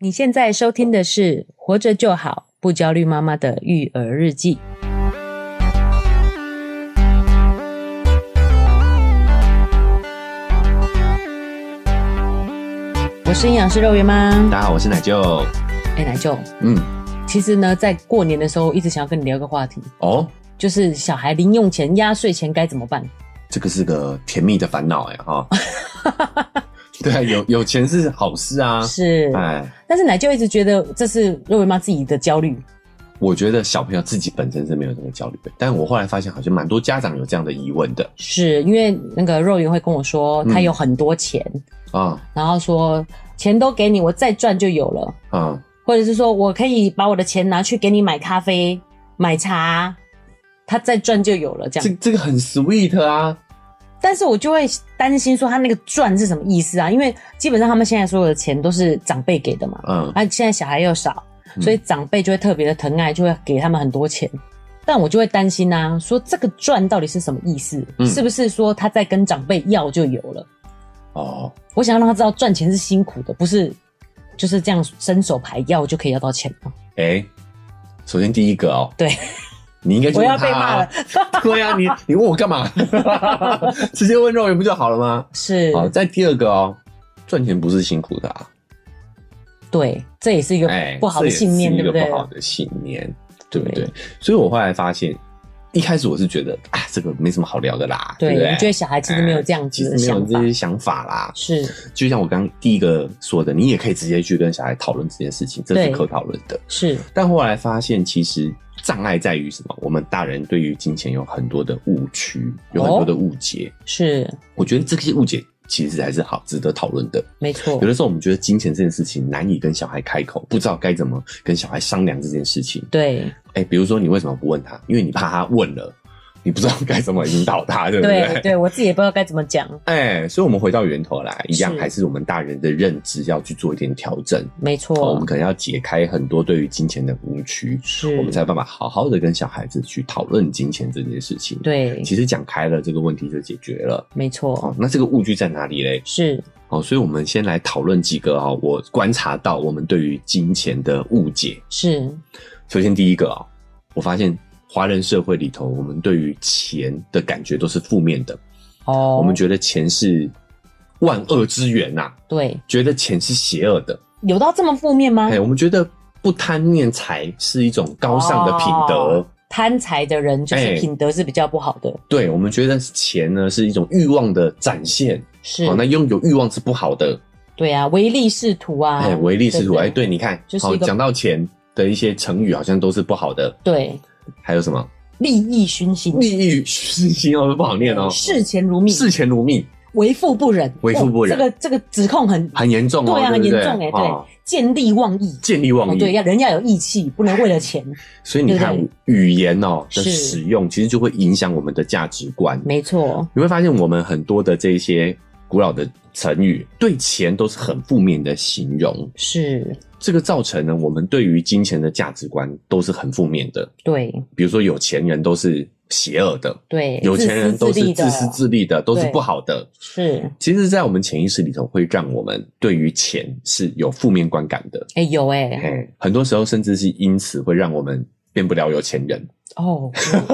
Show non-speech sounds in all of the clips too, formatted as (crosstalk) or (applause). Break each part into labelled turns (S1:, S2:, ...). S1: 你现在收听的是《活着就好，不焦虑妈妈的育儿日记》。我是营养师肉圆妈。
S2: 大家好，我是奶舅。
S1: 哎，奶舅，
S2: 嗯，
S1: 其实呢，在过年的时候，一直想要跟你聊一个话题，
S2: 哦，
S1: 就是小孩零用钱、压岁钱该怎么办？
S2: 这个是个甜蜜的烦恼哎
S1: (laughs)
S2: 哈。对啊，有有钱是好事啊。
S1: 是，
S2: 哎，
S1: 但是奶舅一直觉得这是肉圆妈自己的焦虑。
S2: 我觉得小朋友自己本身是没有这个焦虑的，但我后来发现好像蛮多家长有这样的疑问的
S1: 是因为那个肉圆会跟我
S2: 嗯
S1: 说，他有很多钱，
S2: 啊
S1: 然后说钱都给你，我再赚就有了，
S2: 啊
S1: 或者是说我可以把我的钱拿去给你买咖啡、买茶，他再赚就有了这
S2: 这
S1: 样。
S2: 这个很 sweet 啊。
S1: 但是我就会担心说他那个赚是什么意思啊？因为基本上他们现在所有的钱都是长辈给的嘛，
S2: 嗯，
S1: 啊，现在小孩又少，
S2: 嗯
S1: 所以长辈就会特别的疼爱，就会给他们很多钱。但我就会担心啊，说这个赚到底是什么意思？
S2: 嗯
S1: 是不是说他在跟长辈要就有了？
S2: 哦，
S1: 我想要让他知道赚钱是辛苦的，不是就是这样伸手牌要就可以要到钱嘛？
S2: 哎、首先第一个哦，
S1: 对，
S2: 你应该去
S1: 我
S2: 问
S1: 要
S2: 他
S1: 被骂
S2: 啊、
S1: 了，
S2: (laughs) 对呀、你你问我干
S1: (laughs)
S2: 嘛？直接问肉圆不就好了吗？
S1: 是，
S2: 好，再第二个哦，赚钱不是辛苦的啊。
S1: 对，这也是一个
S2: 哎，
S1: 不好的信念，
S2: 这
S1: 对
S2: 也
S1: 不
S2: 是一个
S1: 对
S2: 不？好的信念，对不
S1: 对
S2: 对？所以我后来发现，一开始我是觉得啊，这个没什么好聊的啦，
S1: 对，
S2: 不对？哎
S1: 你觉得小孩其实没有这样
S2: 其
S1: 子
S2: 实
S1: 的
S2: 没有
S1: 想
S2: 这
S1: 法，
S2: 些想法啦，
S1: 是
S2: 就像我刚刚第一个说的，你也可以直接去跟小孩讨论这件事情，这
S1: 对
S2: 是可讨论的。
S1: 是，
S2: 但后来发现，其实障碍在于什么？我们大人对于金钱有很多的误区，有很
S1: 哦
S2: 多的误解。
S1: 是
S2: 我觉得这些误解其实还是好值得讨论的。
S1: 没错
S2: 有，的时候我们觉得金钱这件事情难以跟小孩开口，不知道该怎么跟小孩商量这件事情。
S1: 对
S2: 哎、比如说你为什么不问他？因为你怕他问了，你不知道该怎么引导
S1: (laughs)
S2: 他，对不
S1: 对
S2: 对？
S1: 对，我自己也不知道该怎么讲，
S2: 哎、所以我们回到源头来，一样
S1: 是
S2: 还是我们大人的认知要去做一点调整。
S1: 没
S2: 哦我
S1: 错
S2: 们，可能要解开很多对于金钱的误区，
S1: 是
S2: 我们才有办法好好的跟小孩子去讨论金钱这件事情。，
S1: 对，
S2: 其实讲开了，这个问题就解决了。
S1: 没错
S2: 哦，，那这个误区在哪里嘞？
S1: 是
S2: 哦，所以我们先来讨论几个哈、我观察到我们对于金钱的误解。
S1: 是，
S2: 首先第一个啊、我发现华人社会里头，我们对于钱的感觉都是负面的，
S1: 哦，
S2: 我们觉得钱是万恶之源呐、
S1: 对，
S2: 觉得钱是邪恶的，
S1: 有到这么负面吗
S2: 哎、？我们觉得不贪念财是一种高尚的品德。
S1: 哦贪财的人就是
S2: 哎
S1: 品德是比较不好的，
S2: 对，我们觉得钱呢是一种欲望的展现，
S1: 是
S2: 哦，，那拥有欲望是不好的，
S1: 对啊，唯利是图啊，
S2: 哎、唯利是图，哎，对，你看，
S1: 就是
S2: 好
S1: 一个
S2: 讲到钱的一些成语，好像都是不好的，
S1: 对，
S2: 还有什么
S1: 利益熏心，
S2: 利欲熏心哦，不好念哦，
S1: 视钱如命，
S2: 视钱如命，
S1: 为富不仁，
S2: 为富不仁
S1: 哦这个这个指控很
S2: 很严重哦，
S1: 对啊，
S2: 不
S1: 很严
S2: 对
S1: 重哎，
S2: 哦
S1: 对，见利忘义，
S2: 见利
S1: 哦
S2: 忘
S1: 对，
S2: 义，
S1: 要人要有义气，不能为了钱，
S2: 所以你看
S1: 对不
S2: 语言哦的
S1: 是
S2: 使用，其实就会影响我们的价值观。
S1: 没错，
S2: 你会发现，我们很多的这些古老的成语对钱都是很负面的形容，
S1: 是，
S2: 这个造成呢，我们对于金钱的价值观都是很负面的。
S1: 对
S2: 比如说，有钱人都是邪恶的，
S1: 对，
S2: 有钱人都是
S1: 自
S2: 自
S1: 私
S2: 私
S1: 自利的
S2: 自利的，都是
S1: 对
S2: 不好的。
S1: 是，
S2: 其实，在我们潜意识里头，会让我们对于钱是有负面观感的。
S1: 哎有哎，
S2: 嘿，很多时候甚至是因此会让我们变不了有钱人。
S1: 哦，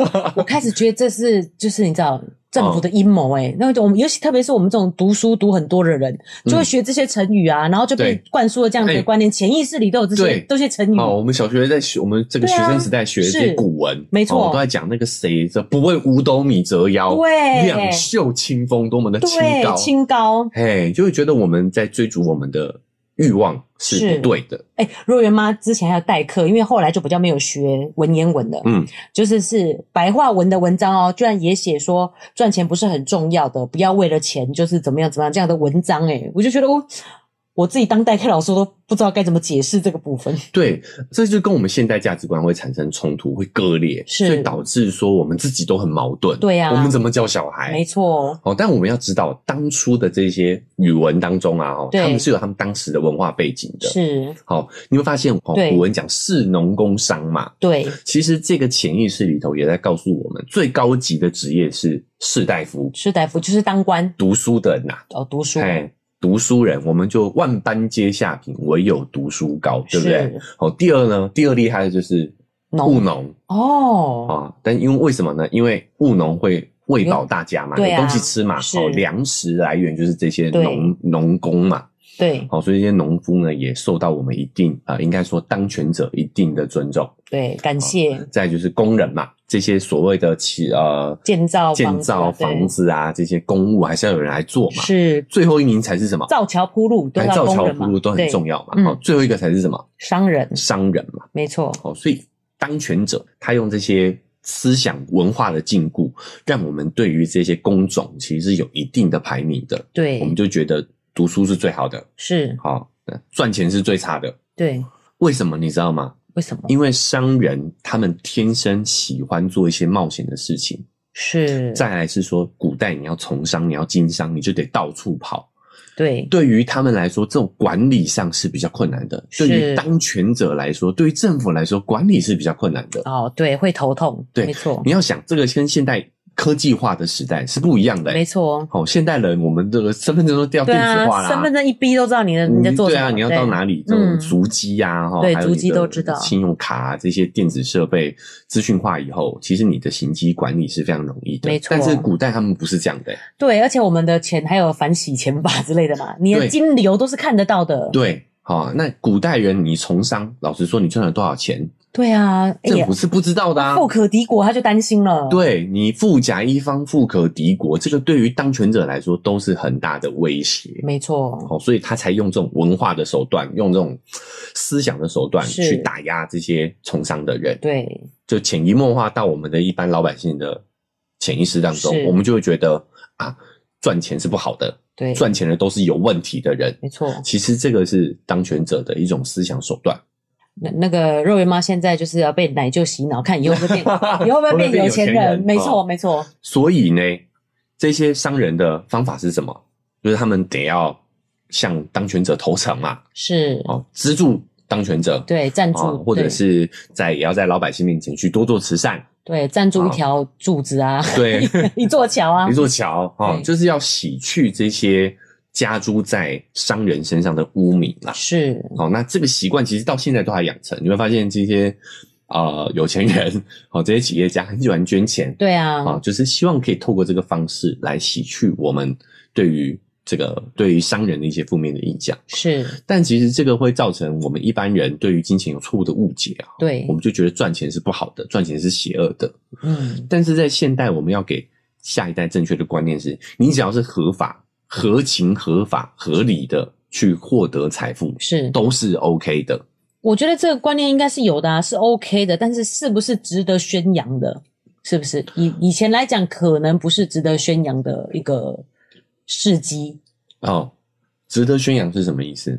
S1: 我 (laughs) 我开始觉得这是就是你知道政府的阴谋
S2: 哦
S1: 哎，那种我们尤其特别是我们这种读书读很多的人，就会学这些成语啊，然后就被
S2: 嗯对
S1: 灌输了这样的
S2: 哎
S1: 观念，潜意识里都有这些
S2: 对
S1: 这些成语，
S2: 哦，我们小学在学，我们这
S1: 嗯
S2: 个
S1: 对
S2: 学
S1: 啊
S2: 生时代学的这
S1: 是
S2: 些古文，
S1: 没错
S2: 哦我都在讲那个谁，这不为五斗米折腰，
S1: 对
S2: 两袖清风多么的清
S1: 对，
S2: 高，
S1: 清高。
S2: 嘿，就会觉得我们在追逐我们的欲望
S1: 是
S2: 是不对的。
S1: 哎、若元妈之前还有代课，因为后来就比较没有学文言文了，
S2: 嗯，
S1: 就是是白话文的文章哦，居然也写说赚钱不是很重要的，不要为了钱就是怎么样怎么样这样的文章、哎，我就觉得我我自己当代课老师都不知道该怎么解释这个部分，
S2: 对，这就跟我们现代价值观会产生冲突，会割裂，
S1: 是
S2: 所以导致说我们自己都很矛盾。
S1: 对啊
S2: 我们怎么教小孩？
S1: 没错，
S2: 哦，但我们要知道，当初的这些语文当中啊，哦，
S1: 对
S2: 他们是有他们当时的文化背景的。
S1: 是
S2: 好、你会发现，哦
S1: 对，
S2: 古文讲士农工商嘛，
S1: 对，
S2: 其实这个潜意识里头也在告诉我们，最高级的职业是士大夫，
S1: 士大夫就是当官
S2: 读书的人呐、
S1: 哦，读书
S2: 哎，读书人，我们就万般皆下品，唯有读书高，对不对
S1: 是？哦
S2: 好，第二呢，第二厉害的就是
S1: 农
S2: 务农
S1: 哦，
S2: 啊，但因为为什么呢？因为务农会喂饱大家嘛，
S1: 因为对
S2: 有
S1: 啊
S2: 东西吃嘛，
S1: 是
S2: 哦，粮食来源就是这些
S1: 对
S2: 农农工嘛，哦
S1: 对
S2: 好，所以这些农夫呢也受到我们一定啊、呃应该说当权者一定的尊重。
S1: 对，感谢
S2: 再来就是工人嘛，这些所谓的起呃
S1: 建造
S2: 建造房
S1: 房子
S2: 子啊，这些公务还是要有人来做
S1: 对
S2: 嘛。
S1: 是
S2: 最后一名才是什么？
S1: 造桥铺路都
S2: 来
S1: 要
S2: 造
S1: 工
S2: 桥
S1: 人
S2: 铺
S1: 嘛
S2: 路都很
S1: 对
S2: 重要嘛。
S1: 嗯
S2: 好，最后一个才是什么？
S1: 商人
S2: 商人嘛。
S1: 没错，
S2: 哦，所以当权者他用这些思想文化的禁锢，让我们对于这些工种其实是有一定的排名的。我
S1: 对
S2: 们就觉得读书是最好的，
S1: 是，
S2: 好、那赚钱是最差的。
S1: 对，
S2: 为什么你知道吗？
S1: 为什么
S2: 因为商人他们天生喜欢做一些冒险的事情。
S1: 是
S2: 再来是说，古代你要从商，你要经商，你就得到处跑。
S1: 对
S2: 对于他们来说，这种管理上是比较困难的。
S1: 是
S2: 对于当权者来说，对于政府来说，管理是比较困难的。
S1: 哦对会头痛，
S2: 对
S1: 没错
S2: 哦你要想，这个跟现代科技化的时代是不一样的、
S1: 没错，哦
S2: 好、现代人我们这个身份证都掉
S1: 对
S2: 电
S1: 啊
S2: 子化，啦，
S1: 身份证一逼都知道你的你在做
S2: 对
S1: 什
S2: 啊，
S1: 么，
S2: 你要到哪里？这种
S1: 嗯
S2: 足迹呀、哈、
S1: 对
S2: 还有
S1: 足迹
S2: 你的
S1: 都知道
S2: 信用卡、啊、这些电子设备资讯化以后，其实你的行迹管理是非常容易的。
S1: 没错
S2: 但是古代他们不是这样的、欸
S1: 对，而且我们的钱还有反洗钱法之类的嘛，你的
S2: 对
S1: 金流都是看得到的，
S2: 对，好、那古代人你从商，老实说，你赚了多少钱，
S1: 对啊，哎
S2: 政
S1: 呀
S2: 府，是不知道的啊。
S1: 富可敌国，他就担心了，
S2: 对你富甲一方，富可敌国，这个对于当权者来说都是很大的威胁。
S1: 没错，
S2: 哦，所以他才用这种文化的手段，用这种思想的手段
S1: 是
S2: 去打压这些从商的人。
S1: 对
S2: 就潜移默化到我们的一般老百姓的潜意识当中
S1: 是，
S2: 我们就会觉得啊，赚钱是不好的，
S1: 对，
S2: 赚钱的都是有问题的人。
S1: 没错。
S2: 其实这个是当权者的一种思想手段，
S1: 那那个肉圆妈现在就是要被奶舅洗脑，看以后会不
S2: (laughs)
S1: 会变，以后会不会变有钱
S2: 会不会变有钱
S1: 人？
S2: 人
S1: 没错，
S2: 哦
S1: 没错，
S2: 所以呢，这些商人的方法是什么？就是他们得要向当权者投诚嘛，
S1: 是，
S2: 哦，资助当权者，
S1: 对，赞
S2: 啊，
S1: 助，
S2: 或者
S1: 对
S2: 是在也要在老百姓面前去多做
S1: (laughs)
S2: 慈善，
S1: 对，赞助一
S2: 啊
S1: 条柱子啊，
S2: 对，
S1: (laughs) 一座桥啊
S2: (laughs) 一，座桥啊，哦
S1: 对
S2: 就是要洗去这些加诸在商人身上的污名啦。
S1: 是，
S2: 哦，那这个习惯其实到现在都还养成，你会发现这些呃有钱人， (laughs) 哦这些企业家很喜欢捐钱，
S1: 对啊，
S2: 啊、就是希望可以透过这个方式来洗去我们对于这个对于商人的一些负面的印象。
S1: 是，
S2: 但其实这个会造成我们一般人对于金钱有错误的误解啊，
S1: 对
S2: 我，们就觉得赚钱是不好的，赚钱是邪恶的。
S1: 嗯，
S2: 但是在现代，我们要给下一代正确的观念是：你只要是合法、合情、合法、合理的去获得财富，
S1: 是，
S2: 都是 OK 的。
S1: 我觉得这个观念应该是有的啊，是 OK 的，但是是不是值得宣扬的？是不是以以前来讲，可能不是值得宣扬的一个事迹，
S2: 哦，值得宣扬是什么意思？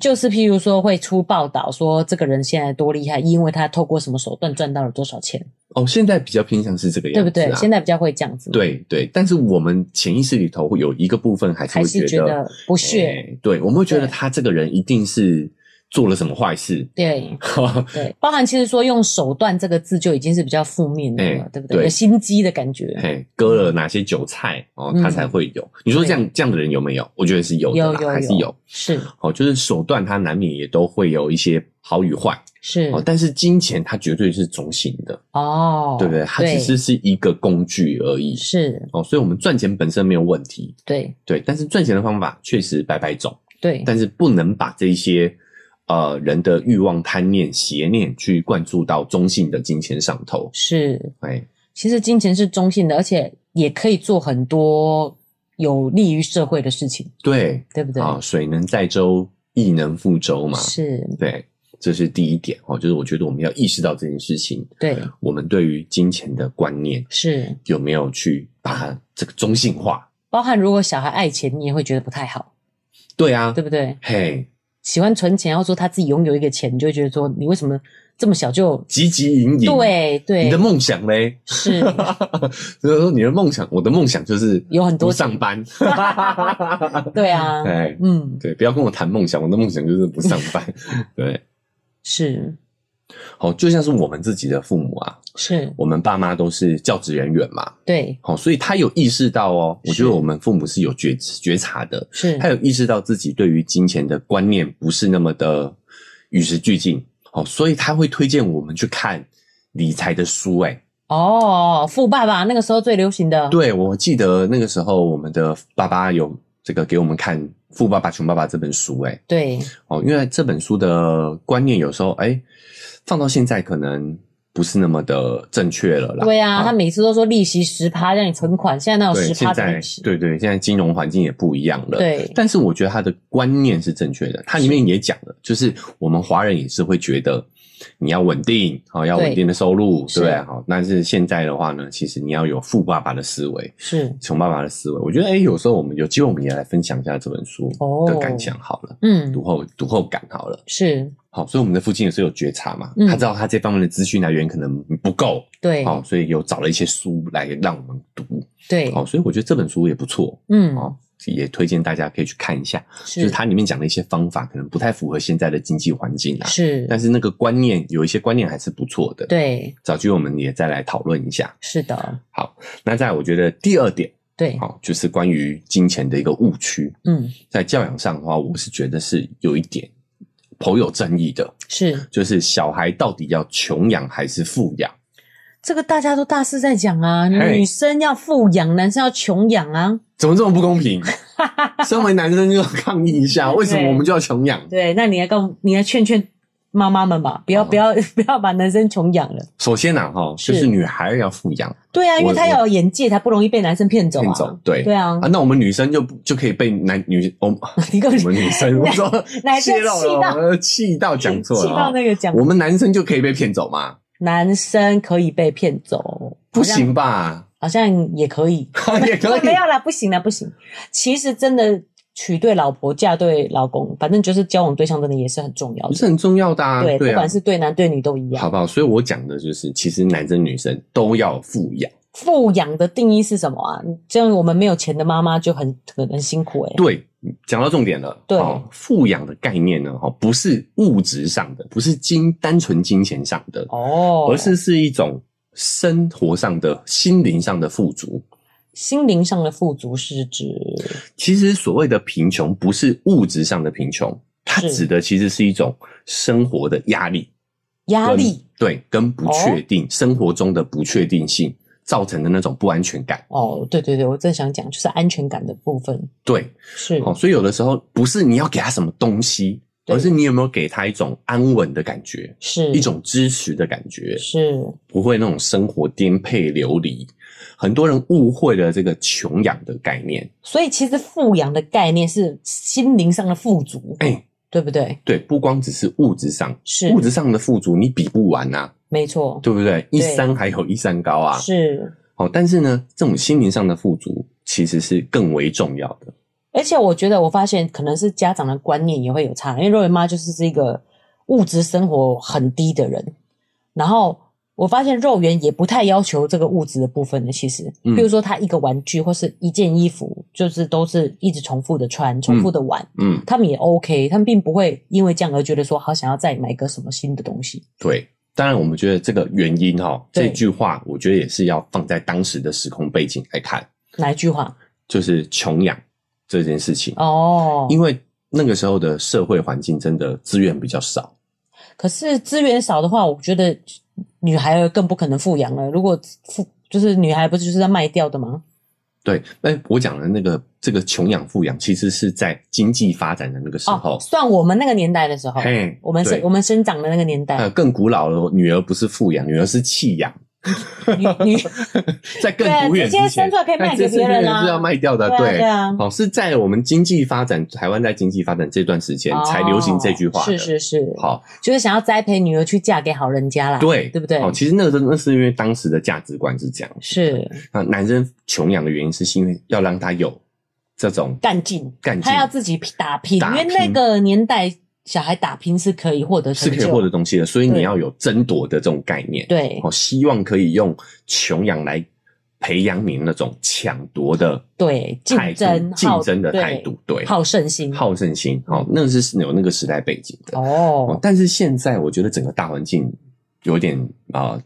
S1: 就是譬如说会出报道说这个人现在多厉害，因为他透过什么手段赚到了多少钱，
S2: 哦，现在比较偏向是这个
S1: 对
S2: 样
S1: 不
S2: 子、啊，
S1: 对？现在比较会这样子，，
S2: 对对，但是我们潜意识里头会有一个部分还是
S1: 还
S2: 会
S1: 是觉得不屑，
S2: 哎对，我们会觉得
S1: 对
S2: 他这个人一定是做了什么坏事。
S1: 对。
S2: (laughs)
S1: 对，包含其实说用手段这个字就已经是比较负面的了，
S2: 哎
S1: 对不对？
S2: 对哎
S1: 有心机的感觉，
S2: 嘿，割了哪些韭菜哦，他
S1: 嗯
S2: 才会有。你说这样这样的人有没有？我觉得是有的
S1: 有
S2: 啦，
S1: 有
S2: 还是有。
S1: 是
S2: 哦，就是手段，它难免也都会有一些好与坏
S1: 是
S2: 哦。但是金钱，它绝对是中性的，
S1: 嗯哦，
S2: 对不对？它只是是一个工具而已
S1: 是，
S2: 哦。所以，我们赚钱本身没有问题，
S1: 对
S2: 对。但是赚钱的方法确实百百种，
S1: 对
S2: 但是不能把这些呃人的欲望、贪念、邪念去灌注到中性的金钱上头。
S1: 是。
S2: 哎，
S1: 其实金钱是中性的，而且也可以做很多有利于社会的事情，
S2: 对
S1: 对不对？
S2: 啊、水能载舟，亦能覆舟嘛。
S1: 是，
S2: 对，这是第一点哦，就是我觉得我们要意识到这件事情，
S1: 对，
S2: 我们对于金钱的观念。
S1: 是。
S2: 有没有去把它这个中性化？
S1: 包含如果小孩爱钱，你也会觉得不太好，
S2: 对啊，
S1: 对不对？
S2: 嘿，
S1: 喜欢存钱，要说他自己拥有一个钱，你就会觉得说你为什么这么小就
S2: 汲汲营营，，
S1: 对
S2: 你
S1: 对？
S2: 的梦想嘞 (laughs)
S1: 是
S2: 就是说你的梦想，我的梦想就是
S1: 有很多
S2: 不
S1: 钱
S2: 上
S1: (laughs)
S2: 班。
S1: 对啊，
S2: 哎，
S1: 嗯，
S2: (laughs) 对，不要跟我谈梦想，我的梦想就是不上班。对，
S1: 是。
S2: 好，就像是我们自己的父母啊，
S1: 是
S2: 我们爸妈都是教职人员嘛，
S1: 对，
S2: 好，所以他有意识到哦，我觉
S1: 是
S2: 得我们父母是有觉觉察的，
S1: 是
S2: 他有意识到自己对于金钱的观念不是那么的与时俱进，哦，所以他会推荐我们去看理财的书、诶
S1: 哦，富爸爸那个时候最流行的，
S2: 对我记得那个时候我们的爸爸有这个给我们看《富爸爸穷爸爸》这本书、诶
S1: 对
S2: 哦，因为这本书的观念有时候，诶放到现在可能不是那么的正确了啦，
S1: 对啊，
S2: 哦
S1: 他每次都说利息十趴让你存款，现在哪有
S2: 对，
S1: 哦十趴
S2: 现
S1: 的
S2: 在
S1: 利息？
S2: 对对，现在金融环境也不一样了。
S1: 对
S2: 但是我觉得他的观念是正确的。它里面也讲了，就是我们华人也是会觉得你要稳定，好、要
S1: 对
S2: 稳定的收入，
S1: 是
S2: 对不对？好，但是现在的话呢，其实你要有富爸爸的思维，
S1: 是，
S2: 穷爸爸的思维。我觉得，哎，有时候我们有机会，我们也来分享一下这本书
S1: 哦
S2: 的感想好了，
S1: 嗯，
S2: 读后读后感好了。
S1: 是
S2: 好，所以我们的父亲也是有觉察嘛，
S1: 嗯
S2: 他知道他这方面的资讯来源可能不够，
S1: 对
S2: 好、所以有找了一些书来让我们读。
S1: 对，
S2: 好、哦所以我觉得这本书也不错。
S1: 嗯，
S2: 哦，也推荐大家可以去看一下，就是是它里面讲的一些方法，可能不太符合现在的经济环境啦，
S1: 是，
S2: 但是那个观念有一些观念还是不错的。，
S1: 对，
S2: 找机会我们也再来讨论一下。
S1: 是的，
S2: 好，那在我觉得第二点，
S1: 对，
S2: 好、就是关于金钱的一个误区，
S1: 嗯，
S2: 在教养上的话，我是觉得是有一点颇有争议的，
S1: 是
S2: 就是小孩到底要穷养还是富养？
S1: 这个大家都大肆在讲啊，
S2: 嘿
S1: 女生要富养，男生要穷养啊，
S2: 怎么这么不
S1: (laughs)
S2: 公平？身为男生就要抗议一下，为什么我们就要穷养？
S1: 对，那你来告，你来劝劝妈妈们吧，不要
S2: 哦
S1: 不要 (laughs) 不要把男生穷养了。
S2: 首先呢、啊，哈，就是是女孩要富养。
S1: 对啊，因为
S2: 我
S1: 他
S2: 我
S1: 要有眼界，才不容易被男生骗走啊。
S2: 骗走，对
S1: 对啊
S2: 啊，那我们女生就不就可以被男女我们
S1: (laughs) 你根本
S2: 我们
S1: (laughs)
S2: 女生，我
S1: 男
S2: 说
S1: 男生
S2: 泄露
S1: 气到
S2: 了，我气到讲错
S1: 气
S2: 了
S1: 到
S2: 啊
S1: 那个讲，
S2: 我们男生就可以被骗走吗？
S1: 男生可以被骗走，
S2: 不
S1: (laughs)
S2: 行吧？ (laughs)
S1: 好像，好像也可以，
S2: 也 (laughs) 可以
S1: (laughs) 没有啦，不行啦，不行。其实真的娶对老婆，嫁对老公，反正就是交往对象，真的也是很重要
S2: 不是
S1: 的。
S2: 很重要的啊，
S1: 对，不
S2: 对啊
S1: 管，是对男对女都一样。
S2: 好不好？所以我讲的就是，其实男生女生都要富养。
S1: 富养的定义是什么啊？这样我们没有钱的妈妈就很可能辛苦哎、
S2: 对，讲到重点了。
S1: 对
S2: 哦富养的概念呢，哈，不是物质上的，不是金单纯金钱上的，
S1: 哦，
S2: 而是是一种生活上的、心灵上的富足。
S1: 心灵上的富足是指
S2: 其实所谓的贫穷，不是物质上的贫穷，它
S1: 是
S2: 指的其实是一种生活的压力、
S1: 压力哦
S2: 跟对，跟不确定、生活中的不确定性造成的那种不安全感。
S1: 哦，对对对，我正想讲，就是安全感的部分
S2: 对，
S1: 是
S2: 哦，所以有的时候不是你要给他什么东西，
S1: 对
S2: 而是你有没有给他一种安稳的感觉，
S1: 是
S2: 一种支持的感觉，
S1: 是
S2: 不会那种生活颠沛流离。很多人误会了这个穷养的概念，
S1: 所以其实富养的概念是心灵上的富足，
S2: 哎
S1: 对不对？
S2: 对，不光只是物质上，
S1: 是
S2: 物质上的富足你比不完啊呐、
S1: 没错，
S2: 对不对？一山还有一山高啊。
S1: 是。
S2: 哦，但是呢，这种心灵上的富足其实是更为重要的。
S1: 而且我觉得，我发现可能是家长的观念也会有差，因为肉圆妈就是是一个物质生活很低的人，然后我发现肉圆也不太要求这个物质的部分的。其实，
S2: 嗯
S1: 比如说他一个玩具或是一件衣服，就是都是一直重复的穿、重复的玩，
S2: 嗯，
S1: 他们也 OK，他们并不会因为这样而觉得说好想要再买个什么新的东西。
S2: 对。当然，我们觉得这个原因哈、
S1: 对
S2: 这句话我觉得也是要放在当时的时空背景来看，
S1: 哪一句话？
S2: 就是穷养这件事情，
S1: 哦，
S2: 因为那个时候的社会环境真的资源比较少。
S1: 可是资源少的话，我觉得女孩儿更不可能富养了。如果富就是女孩，不是就是要卖掉的吗？
S2: 对，那我讲的那个这个穷养富养，其实是在经济发展的那个时候，
S1: 哦，算我们那个年代的时候，
S2: 嘿，
S1: 我们生
S2: 对
S1: 我们生长的那个年
S2: 呃
S1: 代，
S2: 更古老的女儿不是富养，女儿是弃养。
S1: 女
S2: (laughs)
S1: 女
S2: 在更古远
S1: 对直
S2: 之
S1: 接
S2: 前，
S1: 生出来可以卖给
S2: 那这
S1: 别人啊
S2: 这个是要卖掉的，
S1: 对啊对啊
S2: 哦，是在我们经济发展，台湾在经济发展这段时间才流行这句话
S1: 啊哦
S2: 的。
S1: 是是是，
S2: 好，
S1: 就是想要栽培女儿去嫁给好人家啦，
S2: 对
S1: 对不对？
S2: 哦，其实那个真的是因为当时的价值观是这样。
S1: 是
S2: 那男生穷养的原因是因为要让他有这种
S1: 干劲，
S2: 干劲
S1: 她要自己打拼，
S2: 打
S1: 因为
S2: 拼
S1: 那个年代小孩打拼是可以获得
S2: 是
S1: 成
S2: 可
S1: 就，
S2: 以获得东西的，所以
S1: 对
S2: 你要有争夺的这种概念。
S1: 对
S2: 哦，希望可以用穷养来培养你那种抢夺的
S1: 对竞
S2: 态度
S1: 争
S2: 竞
S1: 好
S2: 争的
S1: 对
S2: 态度，对，
S1: 好胜心
S2: 好胜心，好、那个是有那个时代背景的。哦
S1: 哦，
S2: 但是现在我觉得整个大环境有点啊、呃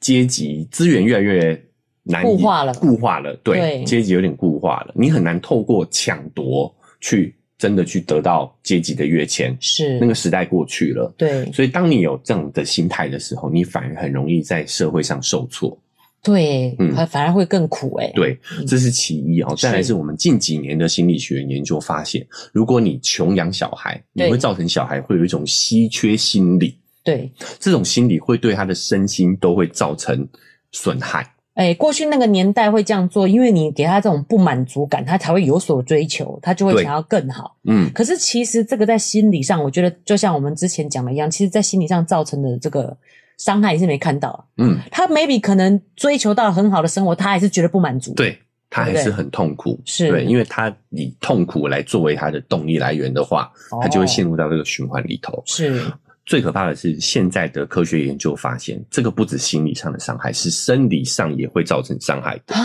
S2: 阶级资源越来越难以
S1: 固化了
S2: 固化了，对，
S1: 对
S2: 阶级有点固化了，你很难透过抢夺去真的去得到阶级的跃迁，
S1: 是
S2: 那个时代过去了。
S1: 对
S2: 所以，当你有这样的心态的时候，你反而很容易在社会上受挫，
S1: 对
S2: 嗯，
S1: 反反而会更苦哎，
S2: 对，
S1: 嗯
S2: 这是其一哦。再来是我们近几年的心理学研究发现，如果你穷养小孩，你
S1: 对
S2: 会造成小孩会有一种稀缺心理，
S1: 对，
S2: 这种心理会对他的身心都会造成损害。
S1: 哎，过去那个年代会这样做，因为你给他这种不满足感，他才会有所追求，他就会
S2: 对
S1: 想要更好。
S2: 嗯，
S1: 可是其实这个在心理上，我觉得就像我们之前讲的一样，其实在心理上造成的这个伤害你是没看到啊。
S2: 嗯，
S1: 他 maybe 可能追求到很好的生活，他还是觉得不满足。，
S2: 对。他还
S1: 对不
S2: 是
S1: 对
S2: 很痛苦，
S1: 是
S2: 对，因为他以痛苦来作为他的动力来源的话，他就会陷
S1: 哦、
S2: 入到这个循环里头。
S1: 是
S2: 最可怕的是，现在的科学研究发现，这个不止心理上的伤害，是生理上也会造成伤害的。
S1: 啊，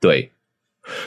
S2: 对，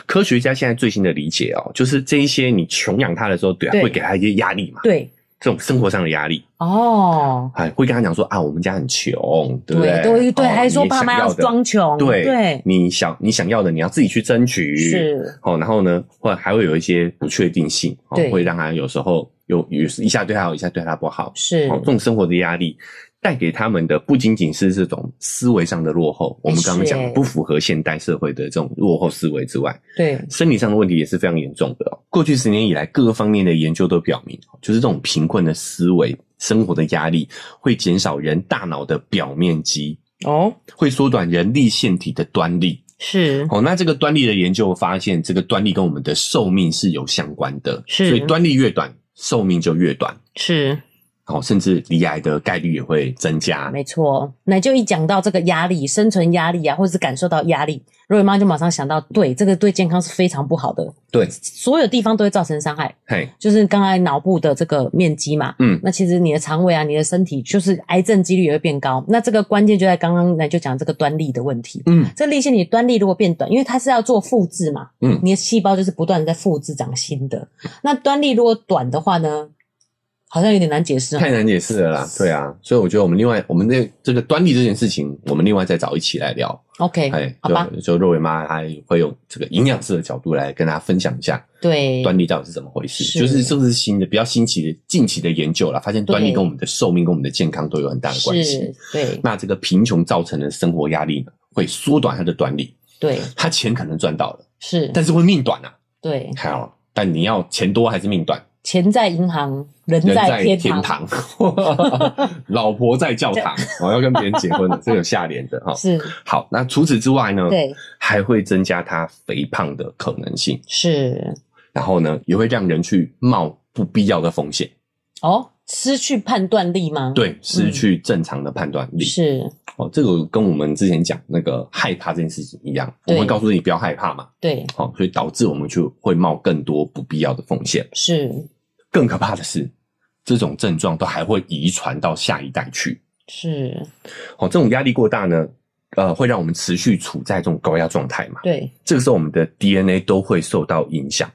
S2: 科学家现在最新的理解哦，就是这一些你穷养他的时候，对啊，
S1: 对
S2: 会给他一些压力嘛，
S1: 对
S2: 这种生活上的压力，
S1: 哦，
S2: 哎，会跟他讲说啊，我们家很穷，对不对？
S1: 都会对，
S2: 哦
S1: 还说爸妈要。
S2: 你想
S1: 装穷，
S2: 的对，
S1: 对
S2: 你想你想要的，你要自己去争取。，
S1: 是，
S2: 哦，然后呢，或还会有一些不确定性，哦
S1: 对、
S2: 会让他有时候有有一下对他好，一下对他不好。
S1: 是
S2: 哦，这种生活的压力带给他们的不仅仅是这种思维上的落后，我们刚刚讲的
S1: 是
S2: 不符合现代社会的这种落后思维之外，
S1: 对
S2: 生理上的问题也是非常严重的、哦。过去十年以来，各个方面的研究都表明，就是这种贫困的思维、生活的压力，会减少人大脑的表面积，
S1: 哦，
S2: 会缩短人力腺体的端粒。
S1: 是
S2: 哦，那这个端粒的研究发现，这个端粒跟我们的寿命是有相关的，
S1: 是
S2: 所以端粒越短，寿命就越短。
S1: 是，
S2: 哦，甚至离癌的概率也会增加。
S1: 没错。那就一讲到这个压力、生存压力啊，或者是感受到压力，若雨妈就马上想到，对，这个对健康是非常不好的，
S2: 对，
S1: 所有地方都会造成伤害。
S2: 嘿，
S1: 就是刚才脑部的这个面积嘛，
S2: 嗯
S1: 那其实你的肠胃啊，你的身体就是癌症几率也会变高。那这个关键就在刚刚那就讲这个端粒的问题。
S2: 嗯，
S1: 这立腺体端粒如果变短，因为它是要做复制嘛，
S2: 嗯
S1: 你的细胞就是不断的在复制长新的。那端粒如果短的话呢，好像有点难解释哦。
S2: 太难解释了啦。对啊，所以我觉得我们另外，我们这这个端粒这件事情，我们另外再找一起来聊。
S1: OK，
S2: 哎，
S1: 好吧，
S2: 就就若维妈她会用这个营养师的角度来跟大家分享一下
S1: 对，
S2: 端粒到底是怎么回事。
S1: 是
S2: 就是这是新的比较新奇的近期的研究啦，发现端粒
S1: 对
S2: 跟我们的寿命跟我们的健康都有很大的关系
S1: 是。，对
S2: 那这个贫穷造成的生活压力呢，会缩短他的短力。
S1: 对
S2: 他钱可能赚到了，
S1: 是，
S2: 但是会命短啊。
S1: 对，
S2: 还好，但你要钱多还是命短？
S1: 钱在银行，人
S2: 人
S1: 在
S2: 在
S1: 天
S2: 天
S1: 堂，
S2: 堂， (laughs) 老婆在教
S1: (laughs)
S2: 堂。我、要跟别人结婚了，这有下联的哈。
S1: 是，
S2: 好，那除此之外呢？
S1: 对，
S2: 还会增加他肥胖的可能性，
S1: 是
S2: 然后呢，也会让人去冒不必要的风险，
S1: 哦，失去判断力吗？，
S2: 对，失去正常的判断力。
S1: 是，
S2: 哦，这个跟我们之前讲那个害怕这件事情一样，我
S1: 对
S2: 们告诉你不要害怕嘛，
S1: 对，
S2: 好、所以导致我们就会冒更多不必要的风险。
S1: 是
S2: 更可怕的是，这种症状都还会遗传到下一代去。
S1: 是，
S2: 好、这种压力过大呢，呃，会让我们持续处在这种高压状态嘛。
S1: 对，
S2: 这个时候，我们的 DNA 都会受到影响，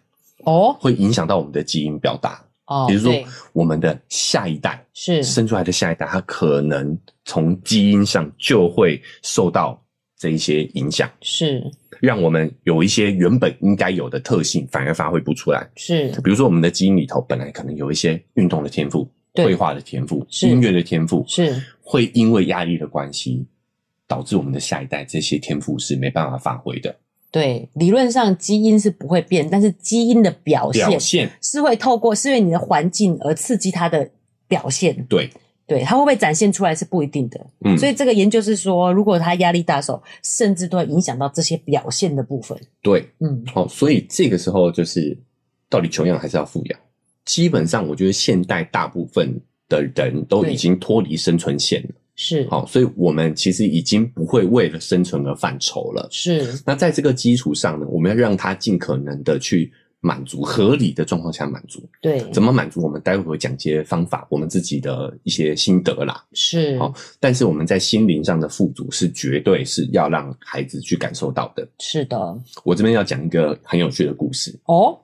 S1: 哦
S2: 会影响到我们的基因表达。
S1: 哦，
S2: 比如说
S1: 对，
S2: 我们的下一代
S1: 是
S2: 生出来的下一代，他可能从基因上就会受到这一些影响，
S1: 是
S2: 让我们有一些原本应该有的特性反而发挥不出来。
S1: 是，
S2: 比如说我们的基因里头本来可能有一些运动的天赋、
S1: 对
S2: 绘画的天赋、
S1: 是
S2: 音乐的天赋，
S1: 是
S2: 会因为压力的关系，导致我们的下一代这些天赋是没办法发挥的
S1: 对，理论上基因是不会变，但是基因的表现
S2: 表现。
S1: 是会透过是因为你的环境而刺激它的表现，
S2: 对，
S1: 对，它会不会展现出来是不一定的。
S2: 嗯，
S1: 所以这个研究是说，如果他压力大的时候，甚至都会影响到这些表现的部分。
S2: 对，
S1: 嗯，
S2: 好、所以这个时候就是到底穷养还是要富养？基本上，我觉得现代大部分的人都已经脱离生存线了。
S1: 是，
S2: 好、所以我们其实已经不会为了生存而犯愁了。
S1: 是，
S2: 那在这个基础上呢，我们要让他尽可能的去满足、合理的状况下满足。
S1: 对，
S2: 怎么满足？我们待会会讲些方法，我们自己的一些心得啦。
S1: 是
S2: 好但是我们在心灵上的富足是绝对是要让孩子去感受到的。
S1: 是的
S2: 我这边要讲一个很有趣的故事。
S1: 哦，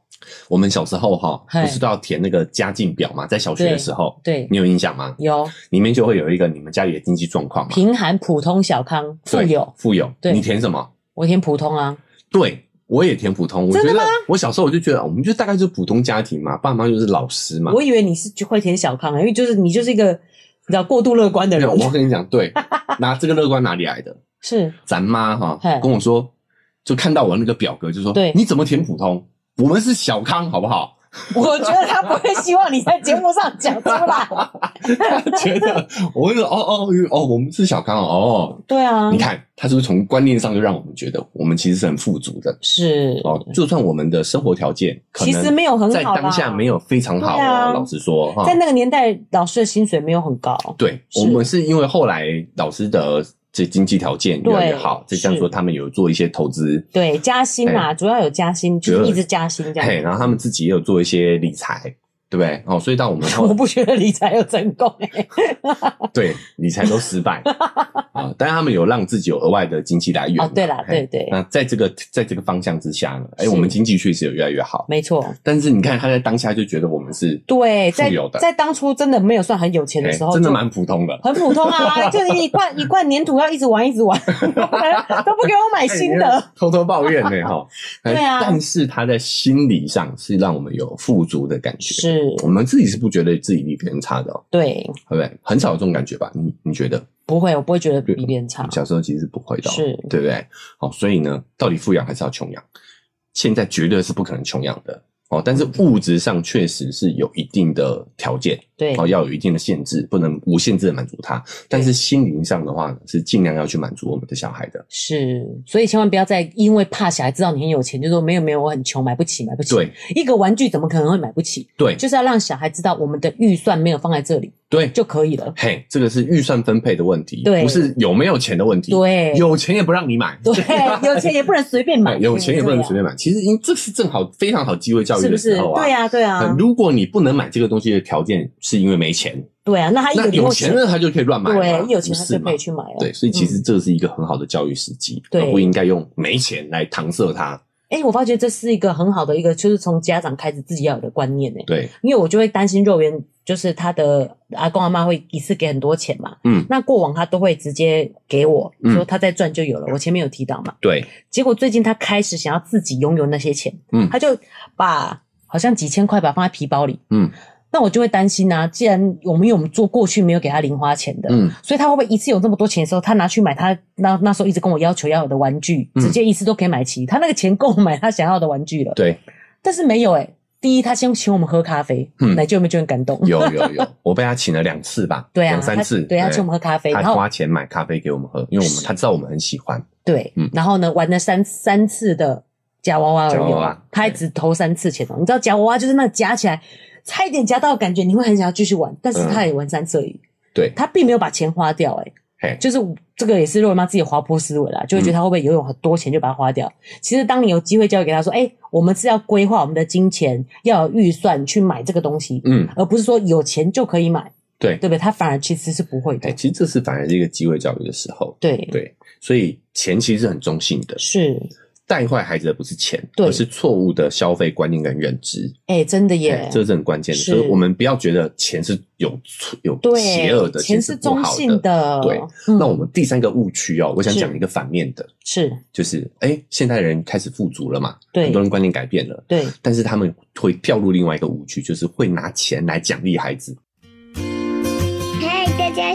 S2: 我们小时候哈，
S1: 嗨
S2: 不是都要填那个家境表嘛？在小学的时候，
S1: 对，
S2: 你有印象吗？
S1: 有
S2: 里面就会有一个你们家里的经济状况嘛？
S1: 贫寒、普通、小康、富
S2: 对
S1: 有，
S2: 富有，
S1: 对
S2: 你填什么？
S1: 我填普通啊，
S2: 对。我也填普通，我觉
S1: 真的
S2: 得
S1: 吗
S2: 我小时候我就觉得，我们就大概就是普通家庭嘛，爸妈就是老师嘛。
S1: 我以为你是就会填小康啊，因为就是你就是一个你知道过度乐观的
S2: 没
S1: 人
S2: 有，，我跟你讲，对，拿这个乐观哪里来的？
S1: (laughs) 是
S2: 咱妈哈
S1: 嘿
S2: 跟我说，就看到我那个表格，就说，
S1: 对
S2: 你怎么填普通？我们是小康，好不好？ (laughs)
S1: 我觉得他不会希望你在节目上讲出来。
S2: 他觉得我就说，哦哦嗯哦，我们是小康哦。
S1: (laughs) 对啊
S2: 你，看，他是不是从观念上就让我们觉得我们其实是很富足的
S1: 是，
S2: 哦？就算我们的生活条件可
S1: 其实
S2: 能
S1: 没有很
S2: 在
S1: 好啦
S2: 当下没有非常好
S1: 对啊
S2: 哦，老实说哈
S1: 在，那个年代，老师的薪水没有很高，
S2: 对
S1: 是
S2: 我们是因为后来老师的这经济条件越来越好，
S1: 对
S2: 再加上说
S1: 是
S2: 他们有做一些投资，
S1: 对，加薪啊，主要有加薪，就是一直加薪这
S2: 嘿，
S1: 样。
S2: 然后他们自己也有做一些理财，对不对？哦，所以到我们
S1: (laughs)
S2: 后
S1: 我不觉得理财有成功 (laughs) 哎、
S2: 对理财都失
S1: (laughs)
S2: 败啊，但他们有让自己有额外的经济来源嘛。
S1: 哦，对啦，对
S2: 嘿。
S1: 对，
S2: 那在这个在这个方向之下呢，哎，
S1: 是
S2: 我们经济确实有越来越好，
S1: 没错，
S2: 但是你看他在当下就觉得我们是
S1: 对，在
S2: 富有的
S1: 在当初真的没有算很有钱的
S2: 哎
S1: 时候，
S2: 真的
S1: 就
S2: 蛮普通的。
S1: 很普通
S2: (laughs)
S1: 啊，就是一罐一罐粘土要一直玩一直玩， (laughs) 都不给我买新
S2: 哎你
S1: 的，
S2: 看偷偷抱怨呢，哈。哎
S1: (laughs) 对啊
S2: 但是他在心理上是让我们有富足的感觉。
S1: 是
S2: 我们自己是不觉得自己比别人差的、哦，
S1: 对，
S2: 对不对？很少有这种感觉吧？你你觉得？
S1: 不会，我不会觉得比别人差，
S2: 小时候其实是不会的哦、
S1: 是
S2: 对不对？好，所以呢，到底富养还是要穷养？现在绝对是不可能穷养的哦，但是物质上确实是有一定的条件
S1: 对，
S2: 哦，要有一定的限制，不能无限制的满足他。但是心灵上的话呢，是尽量要去满足我们的小孩的。
S1: 是，所以千万不要再因为怕小孩知道你很有钱，就说没有没有，我很穷，买不起，买不起。
S2: 对，
S1: 一个玩具怎么可能会买不起？
S2: 对
S1: 就是要让小孩知道我们的预算没有放在这里
S2: 对，
S1: 就可以了。
S2: 嘿，这个是预算分配的问题，
S1: 对
S2: 不是有没有钱的问题。，
S1: 对，
S2: 有钱也不让你买， (laughs)
S1: 对，有钱也不能随便买，
S2: 哎有钱也不能随
S1: 便
S2: 便买。其实，因这是正好非常好机会教育
S1: 是
S2: 的
S1: 不是？
S2: 时候啊。
S1: 对啊，对
S2: 呃
S1: 啊，
S2: 如果你不能买这个东西的条件是因为没钱，
S1: 对啊，那他一
S2: 那
S1: 个
S2: 有钱人他就可以乱买嘛，
S1: 对，一有钱
S2: 不
S1: 他
S2: 是
S1: 就
S2: 嘛
S1: 可以。去买了。
S2: 对，所以其实
S1: 嗯，
S2: 这是一个很好的教育时机，
S1: 对
S2: 而不应该用没钱来搪塞他。
S1: 哎，我发觉这是一个很好的一个，就是从家长开始自己要有的观念呢。
S2: 对，
S1: 因为我就会担心肉圆，就是他的阿公阿妈会一次给很多钱嘛，
S2: 嗯，
S1: 那过往他都会直接给我，
S2: 嗯
S1: 说他在赚就有了。我前面有提到嘛，
S2: 对，
S1: 结果最近他开始想要自己拥有那些钱，
S2: 嗯
S1: 他就把好像几千块吧放在皮包里，
S2: 嗯
S1: 那我就会担心啊，既然我们有我们做过去没有给他零花钱的，
S2: 嗯，
S1: 所以他会不会一次有这么多钱的时候，他拿去买他那那时候一直跟我要求要有的玩具，
S2: 嗯
S1: 直接一次都可以买齐，他那个钱够买他想要的玩具了。 (laughs)
S2: 对，
S1: 但是没有诶、第一，他先请我们喝咖啡，
S2: 嗯
S1: 奶舅有没有觉得很感动？ (laughs)
S2: 有有有，我被他请了两次吧，
S1: 对啊，
S2: 两三
S1: 他
S2: 次，
S1: 对他请我们喝咖啡，
S2: 他
S1: 然后
S2: 花钱买咖啡给我们喝，因为我们
S1: 是
S2: 他知道我们很喜欢，
S1: 对，
S2: 嗯
S1: 然后呢，玩了三三次的夹娃娃而
S2: 夹
S1: 已
S2: 娃
S1: 哦
S2: 娃，
S1: 他还只投三次钱哦。你知道夹娃娃就是那个夹起来，差一点夹到，感觉你会很想要继续玩，但是
S2: 嗯
S1: 他也玩三次而已，
S2: 对，
S1: 他并没有把钱花掉、欸，
S2: 嘿，嗯
S1: 就是这个也是肉圆妈自己滑坡思维啦，就会觉得他会不会游泳很多钱就把它花掉。其实当你有机会教育给他说，哎、我们是要规划我们的金钱，要有预算去买这个东西，
S2: 嗯，
S1: 而不是说有钱就可以买，
S2: 对，
S1: 对不对？他反而其实是不会的
S2: 哎，，其实这是反而是一个机会教育的时候，
S1: 对，
S2: 对，所以钱其实是很中性的，
S1: 是，
S2: 带坏孩子的不是钱，
S1: 对
S2: 而是错误的消费观念跟认知。
S1: 哎、真的耶
S2: 哎，这是很关键的，
S1: 是
S2: 所以我们不要觉得钱是有有
S1: 对，
S2: 邪恶的，
S1: 钱
S2: 是
S1: 是
S2: 不
S1: 中
S2: 好
S1: 性
S2: 的。
S1: 的，
S2: 对
S1: 嗯
S2: 那我们第三个误区哦，我想
S1: 是
S2: 讲一个反面的，
S1: 是
S2: 就是哎，现代人开始富足了嘛，
S1: 对
S2: 很多人观念改变了，
S1: 对，
S2: 但是他们会掉入另外一个误区，就是会拿钱来奖励孩子。
S3: 嗨，大家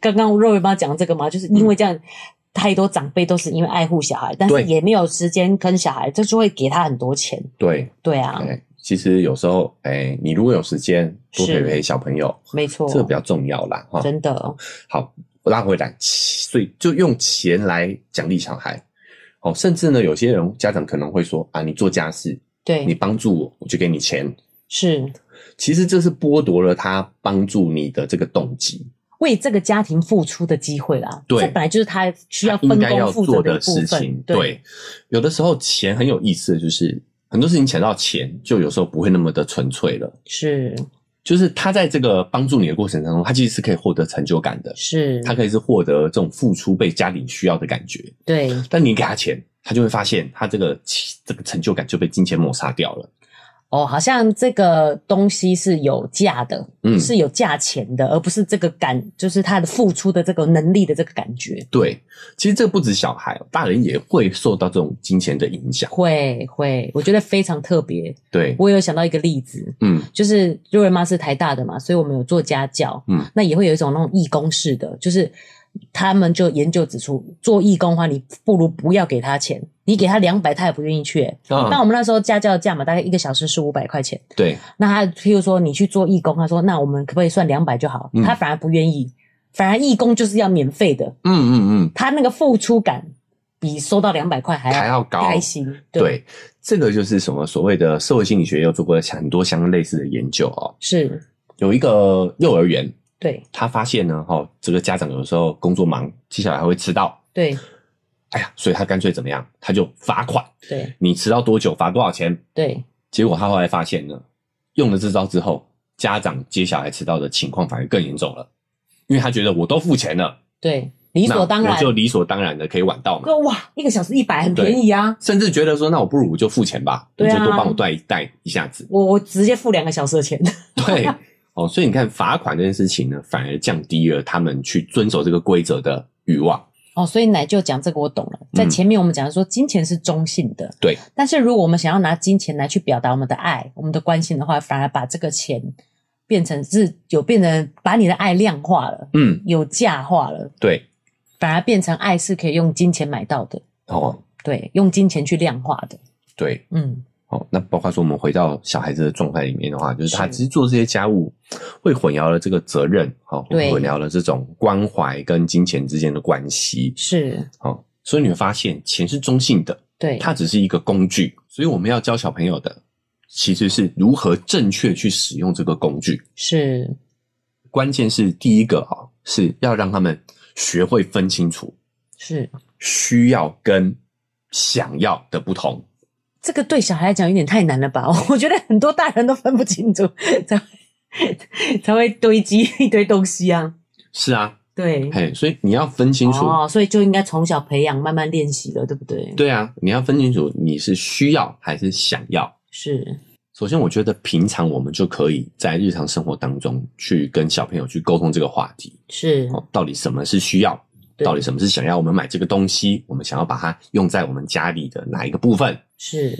S1: 刚刚肉圆妈讲这个吗？就是因为这样。太多长辈都是因为爱护小孩，但是
S2: 对
S1: 也没有时间跟小孩，这就会给他很多钱。
S2: 对，
S1: 对啊，
S2: 对，其实有时候，哎，你如果有时间，多
S1: 是
S2: 陪陪小朋友，
S1: 没错，
S2: 这个比较重要啦，哈。
S1: 真的
S2: 好，拉回来，所以就用钱来奖励小孩。哦，甚至呢，有些人家长可能会说啊，你做家事，你
S1: 对，
S2: 帮助我，我就给你钱。
S1: 是
S2: 其实这是剥夺了他帮助你的这个动机，
S1: 为这个家庭付出的机会啦。
S2: 对
S1: 这本来就是他需要
S2: 应
S1: 分
S2: 该要
S1: 工负
S2: 做
S1: 责一部
S2: 事情
S1: 分。。，
S2: 有的时候钱很有意思，就是很多事情讲到钱，就有时候不会那么的纯粹了。
S1: 是
S2: 就是他在这个帮助你的过程当中，他其实是可以获得成就感的，
S1: 是，
S2: 他可以是获得这种付出被家里需要的感觉。
S1: 对
S2: 但你给他钱，他就会发现他这个这个成就感就被金钱抹杀掉了。
S1: 哦，好像这个东西是有价的，
S2: 嗯
S1: 是有价钱的，而不是这个感，就是他的付出的这个能力的这个感觉。
S2: 对，其实这不止小孩，哦大人也会受到这种金钱的影响。
S1: 会会，我觉得非常特别。
S2: 对，
S1: 我有想到一个例子，
S2: 嗯，
S1: 就是瑞瑞妈是台大的嘛，所以我们有做家教，
S2: 嗯，
S1: 那也会有一种那种义工式的，就是他们就研究指出，做义工的话，你不如不要给他钱，你给他两百，他也不愿意去、欸。那、
S2: 啊，
S1: 我们那时候家教的价嘛，大概一个小时是五百块钱，
S2: 对，
S1: 那他譬如说你去做义工，他说那我们可不可以算两百就好
S2: 嗯？
S1: 他反而不愿意，反而义工就是要免费的，
S2: 嗯嗯
S1: 他那个付出感比收到两百块还
S2: 嗯，还要高，
S1: 开心，
S2: 对。这个就是什么所谓的社会心理学有做过很多相类似的研究哦。
S1: 是，
S2: 有一个幼儿园，
S1: 对
S2: 他发现呢，哈、哦，这个家长有时候工作忙，接下来还会迟到，
S1: 对
S2: 哎呀，所以他干脆怎么样，他就罚款，
S1: 对
S2: 你迟到多久罚多少钱，
S1: 对，
S2: 结果他后来发现呢，用了这招之后，家长接小孩迟到的情况反而更严重了，因为他觉得我都付钱了，
S1: 对，理所当
S2: 那
S1: 然
S2: 我。就理所当然的可以晚到嘛，
S1: 哥哇，一个小时一百很便宜啊！
S2: 甚至觉得说，那我不如我就付钱吧，
S1: 对啊，
S2: 你就多帮我带一带一下子
S1: (laughs) 我我直接付两个小时的钱，
S2: 对。哦，所以你看罚款这件事情呢，反而降低了他们去遵守这个规则的欲望。
S1: 哦，所以奶就讲这个我懂了。在前面我们讲说金钱是中性的，
S2: 对。
S1: 但是如果我们想要拿金钱来去表达我们的爱、我们的关心的话，反而把这个钱变成是有变成把你的爱量化了，
S2: 嗯，
S1: 有价化了，
S2: 对。
S1: 反而变成爱是可以用金钱买到的，
S2: 哦，
S1: 对，用金钱去量化的，
S2: 对。
S1: 嗯，
S2: 哦，那包括说我们回到小孩子的状态里面的话，就是他
S1: 是
S2: 其实做这些家务会混淆了这个责任，哦，会
S1: 对
S2: 混淆了这种关怀跟金钱之间的关系，
S1: 是
S2: 哦，所以你会发现钱是中性的，
S1: 对，
S2: 它只是一个工具，所以我们要教小朋友的其实是如何正确去使用这个工具，
S1: 是
S2: 关键是第一个哦，是要让他们学会分清楚
S1: 是
S2: 需要跟想要的不同。
S1: 这个对小孩来讲有点太难了吧？ (laughs) 我觉得很多大人都分不清楚， (laughs) 才会 (laughs) 才会堆积一堆东西啊。
S2: 是啊，
S1: 对，
S2: 嘿，所以你要分清楚
S1: 哦，所以就应该从小培养，慢慢练习了，对不对？，
S2: 对啊，你要分清楚你是需要还是想要。
S1: 是
S2: 首先，我觉得平常我们就可以在日常生活当中去跟小朋友去沟通这个话题，
S1: 是，
S2: 哦，到底什么是需要，
S1: 对
S2: 到底什么是想要。我们买这个东西，我们想要把它用在我们家里的哪一个部分？
S1: 是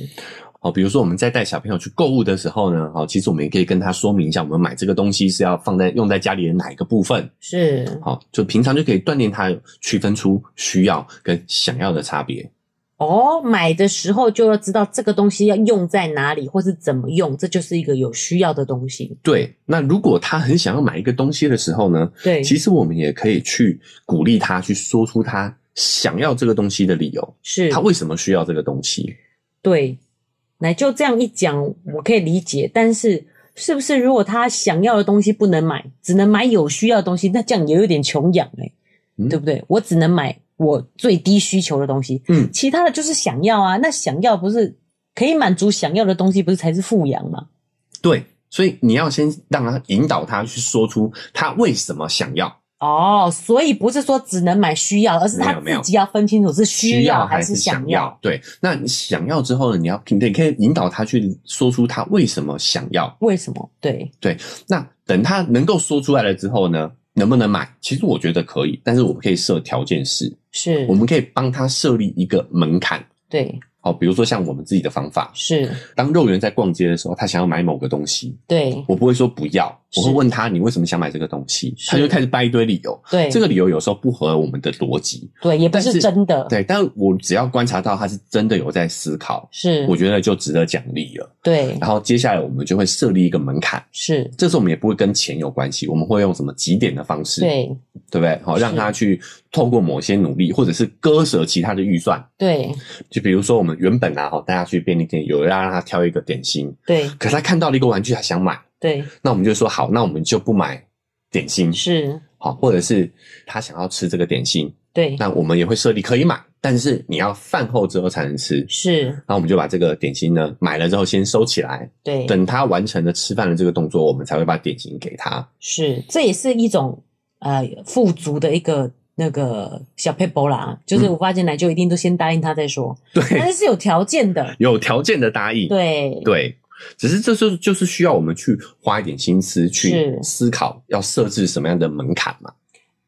S2: 哦，比如说我们在带小朋友去购物的时候呢，哦，其实我们也可以跟他说明一下，我们买这个东西是要放在用在家里的哪一个部分。
S1: 是
S2: 好、就平常就可以锻炼他区分出需要跟想要的差别。
S1: 哦，买的时候就要知道这个东西要用在哪里，或是怎么用，这就是一个有需要的东西。
S2: 对，那如果他很想要买一个东西的时候呢，
S1: 对，
S2: 其实我们也可以去鼓励他去说出他想要这个东西的理由，
S1: 是
S2: 他为什么需要这个东西？
S1: 对，那就这样一讲，我可以理解。但是，是不是如果他想要的东西不能买，只能买有需要的东西，那这样也有点穷养哎、
S2: 嗯
S1: 对不对？我只能买我最低需求的东西，
S2: 嗯
S1: 其他的就是想要啊。那想要不是可以满足想要的东西，不是才是富养吗？
S2: 对，所以你要先让他引导他去说出他为什么想要，
S1: 哦，所以不是说只能买需要，而是
S2: 没
S1: 他
S2: 有没有
S1: 自己要分清楚是需要还是想要。。
S2: 对，那你想要之后呢，你要你得可以引导他去说出他为什么想要。
S1: 为什么？对，
S2: 那等他能够说出来了之后呢，能不能买？其实我觉得可以，但是我们可以设条件式，
S1: 是
S2: 我，们可以帮他设立一个门槛。
S1: 对，
S2: 好，比如说像我们自己的方法，
S1: 是
S2: 当肉圆在逛街的时候，他想要买某个东西，
S1: 对
S2: 我不会说不要，
S1: 是
S2: 我会问他你为什么想买这个东西，
S1: 是
S2: 他就开始掰一堆理由。
S1: 对
S2: 这个理由有时候不合我们的逻辑，
S1: 对，也不
S2: 但
S1: 是
S2: 是
S1: 真的，
S2: 对，但我只要观察到他是真的有在思考，
S1: 是
S2: 我觉得就值得奖励了。
S1: 对
S2: 然后接下来我们就会设立一个门槛，
S1: 是，
S2: 这次我们也不会跟钱有关系，我们会用什么几点的方式，
S1: 对
S2: 对不对？好，让
S1: 是
S2: 他去透过某些努力，或者是割舍其他的预算，
S1: 对
S2: 就比如说我们原本啊，哈，大家去便利店有人要让他挑一个点心，
S1: 对
S2: 可是他看到了一个玩具，他想买，
S1: 对
S2: 那我们就说好，那我们就不买点心，
S1: 是，
S2: 好，或者是他想要吃这个点心，
S1: 对
S2: 那我们也会设立可以买，但是你要饭后之后才能吃。
S1: 是，
S2: 那我们就把这个点心呢买了之后先收起来，
S1: 对
S2: 等他完成了吃饭的这个动作，我们才会把点心给他。
S1: 是，这也是一种呃富足的一个。那个小 paper 啦，就是
S2: 嗯
S1: 我发进来就一定都先答应他再说，
S2: 对，
S1: (laughs) 但是是有条件的，
S2: 有条件的答应。
S1: 对
S2: 对只是这就是就是需要我们去花一点心思去
S1: 是
S2: 思考，要设置什么样的门槛嘛？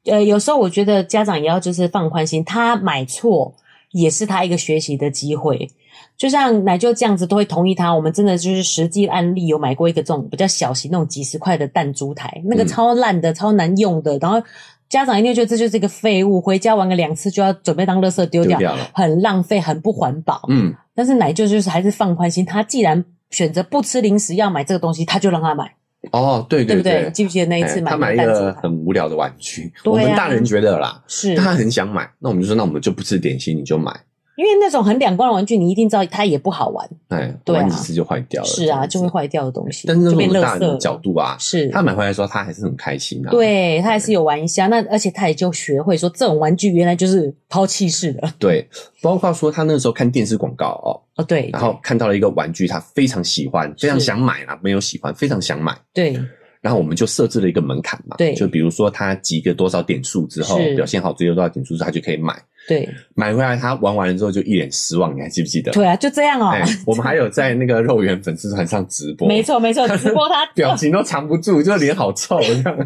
S1: 呃，有时候我觉得家长也要就是放宽心，他买错也是他一个学习的机会。就像奶舅这样子都会同意他，我们真的就是实际案例有买过一个这种比较小型那种几十块的弹珠台，那个
S2: 嗯
S1: 超烂的、超难用的，然后家长一定会觉得这就是一个废物，回家玩个两次就要准备当垃圾丢
S2: 丢
S1: 掉，
S2: 掉了。
S1: 很浪费，很不环保。
S2: 嗯，
S1: 但是奶舅就是还是放宽心，他既然选择不吃零食要买这个东西，他就让他买，
S2: 哦，对
S1: 对不
S2: 对
S1: 对？，记不记得那一次
S2: 哎
S1: 买
S2: 他买
S1: 那
S2: 一
S1: 个弹珠
S2: 个
S1: 台？
S2: 很无聊的玩具，
S1: 对啊
S2: 我们大人觉得啦，
S1: 是
S2: 但他很想买，那我们就说，那我们就不吃点心，你就买，
S1: 因为那种很两光的玩具，你一定知道它也不好玩，
S2: 哎，
S1: 对啊
S2: 玩几次就坏掉了，
S1: 是啊，
S2: 这
S1: 就
S2: 样子
S1: 会。坏掉的东西，
S2: 但是那
S1: 就
S2: 是我
S1: 变
S2: 们
S1: 垃
S2: 大人的
S1: 圾
S2: 角度啊，
S1: 是，
S2: 他买回来的时候他还是很开心啊。，
S1: 对他还是有玩一下，那而且他也就学会说这种玩具原来就是抛弃式的
S2: 对，包括说他那时候看电视广告哦，
S1: 哦，对，
S2: 然后看到了一个玩具，他非常喜欢，非常想买啊啦，没有喜欢，非常想买。
S1: 对
S2: 然后我们就设置了一个门槛嘛，
S1: 对
S2: 就比如说他及个多少点数之后，
S1: 是
S2: 表现好追求多少点数之后，他就可以买。
S1: 对
S2: 买回来他玩完了之后就一脸失望，你还记不记得？
S1: 对啊，就这样哦， (laughs)
S2: 哎，我们还有在那个肉圆粉丝团上直播，
S1: 没，错没
S2: (laughs)
S1: 错，直播他
S2: 表情都藏不住，就脸好臭这
S1: (laughs)
S2: 样。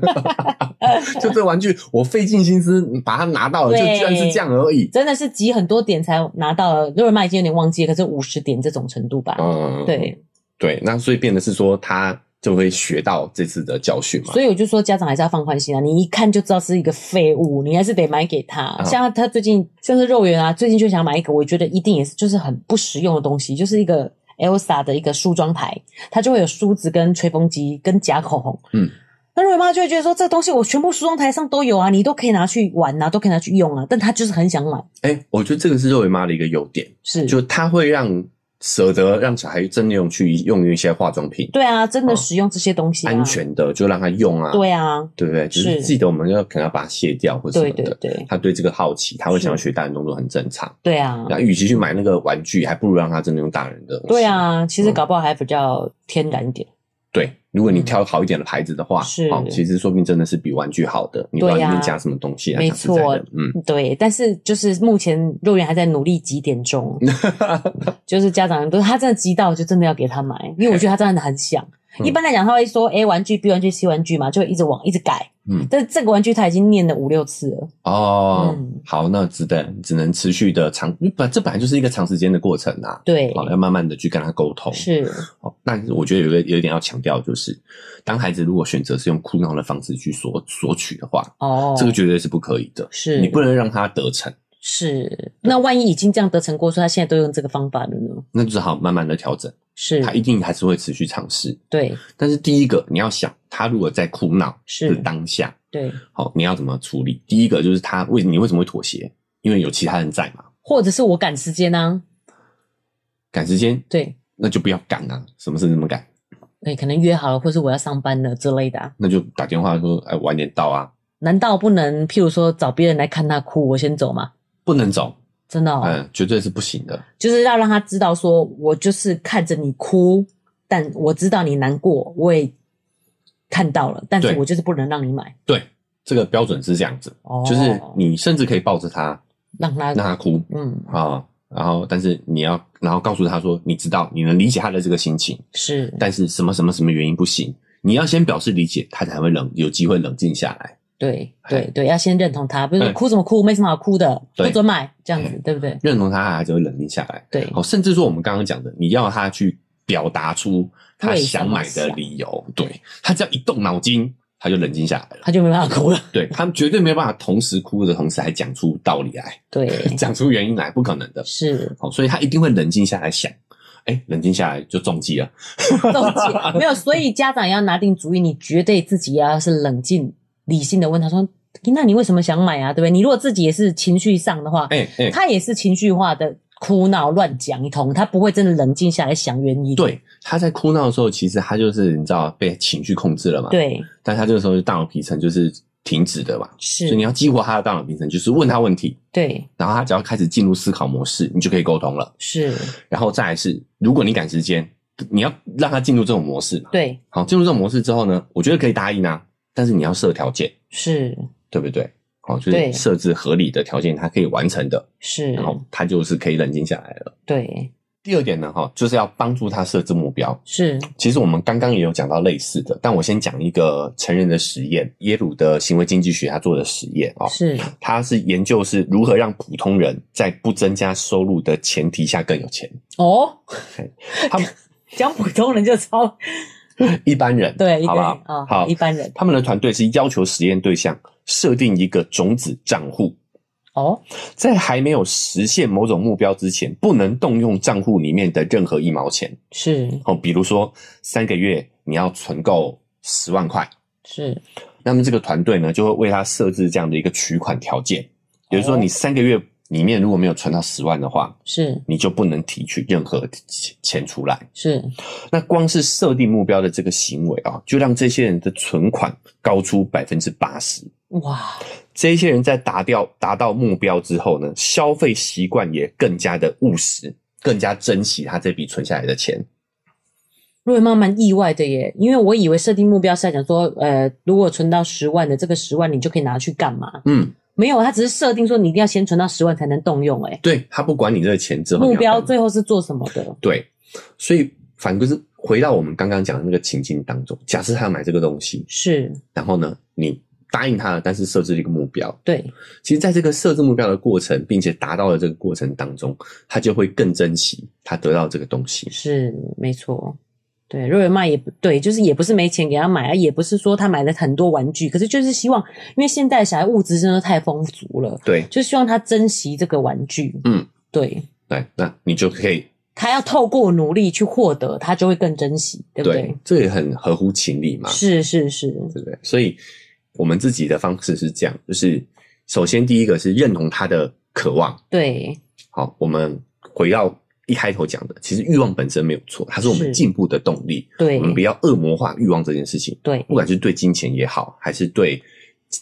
S2: 就这玩具，我费尽心思把它拿到了，就
S1: 对
S2: 居然是这样而已。
S1: 真的是集很多点才拿到了，瑞文麦已经有点忘记了，可是五十点这种程度吧，
S2: 嗯，
S1: 对，
S2: 对，那所以变得是说他就会学到这次的教训嘛。
S1: 所以我就说家长还是要放宽心啊，你一看就知道是一个废物，你还是得买给他。
S2: 啊
S1: 像他最近像是肉圆啊，最近就想买一个，我觉得一定也是就是很不实用的东西，就是一个 Elsa 的一个梳妆台，它就会有梳子跟吹风机跟假口红。
S2: 嗯。
S1: 那肉圆妈就会觉得说，这个东西我全部梳妆台上都有啊，你都可以拿去玩啊，都可以拿去用啊，但她就是很想买，
S2: 哎、我觉得这个是肉圆妈的一个优点，
S1: 是，
S2: 就她会让舍得让小孩真的用去用一些化妆品，
S1: 对啊，真的
S2: 哦
S1: 使用这些东西、啊，
S2: 安，全的就让他用啊，
S1: 对啊，
S2: 对不对？只是
S1: 是
S2: 记得我们要可能要把它卸掉或什么
S1: 对
S2: 的。
S1: 对对，
S2: 他对这个好奇，他会想要学大人动作很正常。
S1: 对啊，
S2: 那与其去买那个玩具，还不如让他真的用大人的。
S1: 对，啊，
S2: 嗯
S1: 其实搞不好还比较天然一点。
S2: 对，如果你挑好一点的牌子的话，
S1: 嗯是
S2: 哦，其实说不定真的是比玩具好的。你不知道
S1: 对
S2: 里
S1: 呀
S2: 面加什么东西啊？
S1: 没
S2: 讲实在的
S1: 错
S2: 嗯，
S1: 对，但是就是目前肉圆还在努力几点
S2: (laughs)
S1: 钟，就是家长都他真的急到，就真的要给他买，因为我觉得他真的很想。
S2: 嗯
S1: 一般来讲，他会说 A 玩具、B 玩具、C 玩具嘛，就会一直往一直改。
S2: 嗯
S1: 但是这个玩具他已经念了五六次了。
S2: 哦，
S1: 嗯
S2: 好，那只能只能持续的长，嗯本这本来就是一个长时间的过程啊。
S1: 对，
S2: 好，要慢慢的去跟他沟通。
S1: 是，
S2: 哦，但是我觉得有一个有一点要强调，就是当孩子如果选择是用哭闹的方式去索索取的话，
S1: 哦，
S2: 这个绝对是不可以的。
S1: 是
S2: 你不能让他得逞，
S1: 是。那万一已经这样得逞过，说他现在都用这个方法了呢？
S2: 那只好慢慢的调整。
S1: 是
S2: 他，一定还是会持续尝试。
S1: 对，
S2: 但是第一个，你要想他如果在哭闹
S1: 是
S2: 的，当下，
S1: 对，
S2: 好，你要怎么处理？第一个就是他为你为什么会妥协？因为有其他人在嘛，
S1: 或者是我赶时间啊，
S2: 赶时间
S1: 对，
S2: 那就不要赶啊，什么事怎么赶？
S1: 对，可能约好了，或是我要上班了之类的啊、
S2: 那就打电话说，哎，晚点到啊，
S1: 难道不能，譬如说找别人来看他哭，我先走吗？
S2: 不能走，
S1: 真的、哦，
S2: 嗯，绝对是不行的。
S1: 就是要让他知道说，我就是看着你哭，但我知道你难过，我也看到了，但是
S2: 对
S1: 我就是不能让你买，
S2: 对，这个标准是这样子，
S1: 哦
S2: 就是你甚至可以抱着他，
S1: 让他
S2: 让他哭
S1: 嗯
S2: 啊、然后但是你要，然后告诉他说，你知道，你能理解他的这个心情，
S1: 是
S2: 但是什么什么什么原因不行，你要先表示理解，他才会冷有机会冷静下来。
S1: 对
S2: 嘿
S1: 对对，要先认同他，不是
S2: 嗯
S1: 哭什么哭，没什么好哭的，
S2: 哎对
S1: 不准买这样子
S2: 嗯，
S1: 对不对？
S2: 认同他，他就会冷静下来。
S1: 对
S2: 哦，甚至说我们刚刚讲的，你要他去表达出他
S1: 为什
S2: 想
S1: 么
S2: 买的
S1: 想
S2: 理由，对他只要一动脑筋，他就冷静下来了。
S1: 他就没办法哭了。
S2: 对他们绝对没有办法同时哭的同时还讲出道理来， (laughs)
S1: 对，
S2: 讲出原因来，不可能的。哦
S1: 是
S2: 好，所以他一定会冷静下来想，哎，冷静下来就中计了。
S1: 冻 (laughs) 结没有，所以家长要拿定主意，你绝对自己要是冷静理性的问他说：“那你为什么想买啊？对不对？”你如果自己也是情绪上的话，
S2: 哎哎，
S1: 他也是情绪化的哭闹乱讲一通，他不会真的冷静下来想原因。
S2: 对，他在哭闹的时候，其实他就是你知道被情绪控制了嘛。，
S1: 对，
S2: 但他这个时候就大脑皮层就是停止的嘛，所以你
S1: 是，
S2: 要激活他的大脑皮层，就是问他问题，
S1: 对，
S2: 然后他只要开始进入思考模式，你就可以沟通了。
S1: 是，
S2: 然后再来是，如果你赶时间，你要让他进入这种模式嘛。
S1: 对，
S2: 好，进入这种模式之后呢，我觉得可以答应啊，但是你要设条件，
S1: 是，
S2: 对不对？好，就是
S1: 对
S2: 设置合理的条件，他可以完成的，
S1: 是
S2: 然，后他就是可以冷静下来了。
S1: 对，
S2: 第二点呢，哈，就是要帮助他设置目标。
S1: 是，
S2: 其实我们刚刚也有讲到类似的，但我先讲一个成人的实验，耶鲁的行为经济学他做的实验哦，
S1: 是，
S2: 他是研究是如何让普通人在不增加收入的前提下更有钱。
S1: 哦，
S2: 他们 (laughs)
S1: 讲普通人就 (laughs) 超
S2: 一般人
S1: 对，一
S2: 好
S1: 个
S2: 不
S1: 人
S2: 好？
S1: 啊，
S2: 好
S1: 一，般人
S2: 他们的团队是要求实验对象设定一个种子账户，
S1: 哦，
S2: 在还没有实现某种目标之前，不能动用账户里面的任何一毛钱。
S1: 是
S2: 哦，比如说三个月你要存够十万块，
S1: 是
S2: 那么这个团队呢就会为他设置这样的一个取款条件，也就是说
S1: 哦
S2: 你三个月里面如果没有存到十万的话，
S1: 是
S2: 你就不能提取任何钱钱出来。
S1: 是，
S2: 那光是设定目标的这个行为啊，就让这些人的存款高出百分之八十。
S1: 哇，
S2: 这些人在达掉达到目标之后呢，消费习惯也更加的务实，更加珍惜他这笔存下来的钱。
S1: 瑞妈蛮意外的耶，因为我以为设定目标是在讲说，呃，如果存到十万的这个十万，你就可以拿去干嘛？
S2: 嗯，
S1: 没有，他只是设定说你一定要先存到十万才能动用，哎，
S2: 对他不管你这个钱之后你
S1: 目
S2: 要
S1: 标
S2: 干嘛
S1: 最后是做什么的？
S2: 对，所以反就是回到我们刚刚讲的那个情境当中，假设他买这个东西，
S1: 是
S2: 然后呢，你答应他了，但是设置了一个目标。
S1: 对，
S2: 其实，在这个设置目标的过程，并且达到了这个过程当中，他就会更珍惜他得到这个东西。
S1: 是没错。对，瑞瑞妈也不对，就是也不是没钱给他买啊，也不是说他买了很多玩具，可是就是希望，因为现在小孩物质真的太丰足了，
S2: 对
S1: 就希望他珍惜这个玩具。
S2: 嗯，
S1: 对，
S2: 对，那你就可以
S1: 他要透过努力去获得，他就会更珍惜，对不对？
S2: 这也很合乎情理嘛，
S1: 是是是，
S2: 对不对？所以我们自己的方式是这样，就是首先第一个是认同他的渴望。
S1: 对，
S2: 好，我们回到一开头讲的，其实欲望本身没有错，它是我们
S1: 是
S2: 进步的动力。
S1: 对
S2: 我们不要恶魔化欲望这件事情，
S1: 对，
S2: 不管是对金钱也好，还是对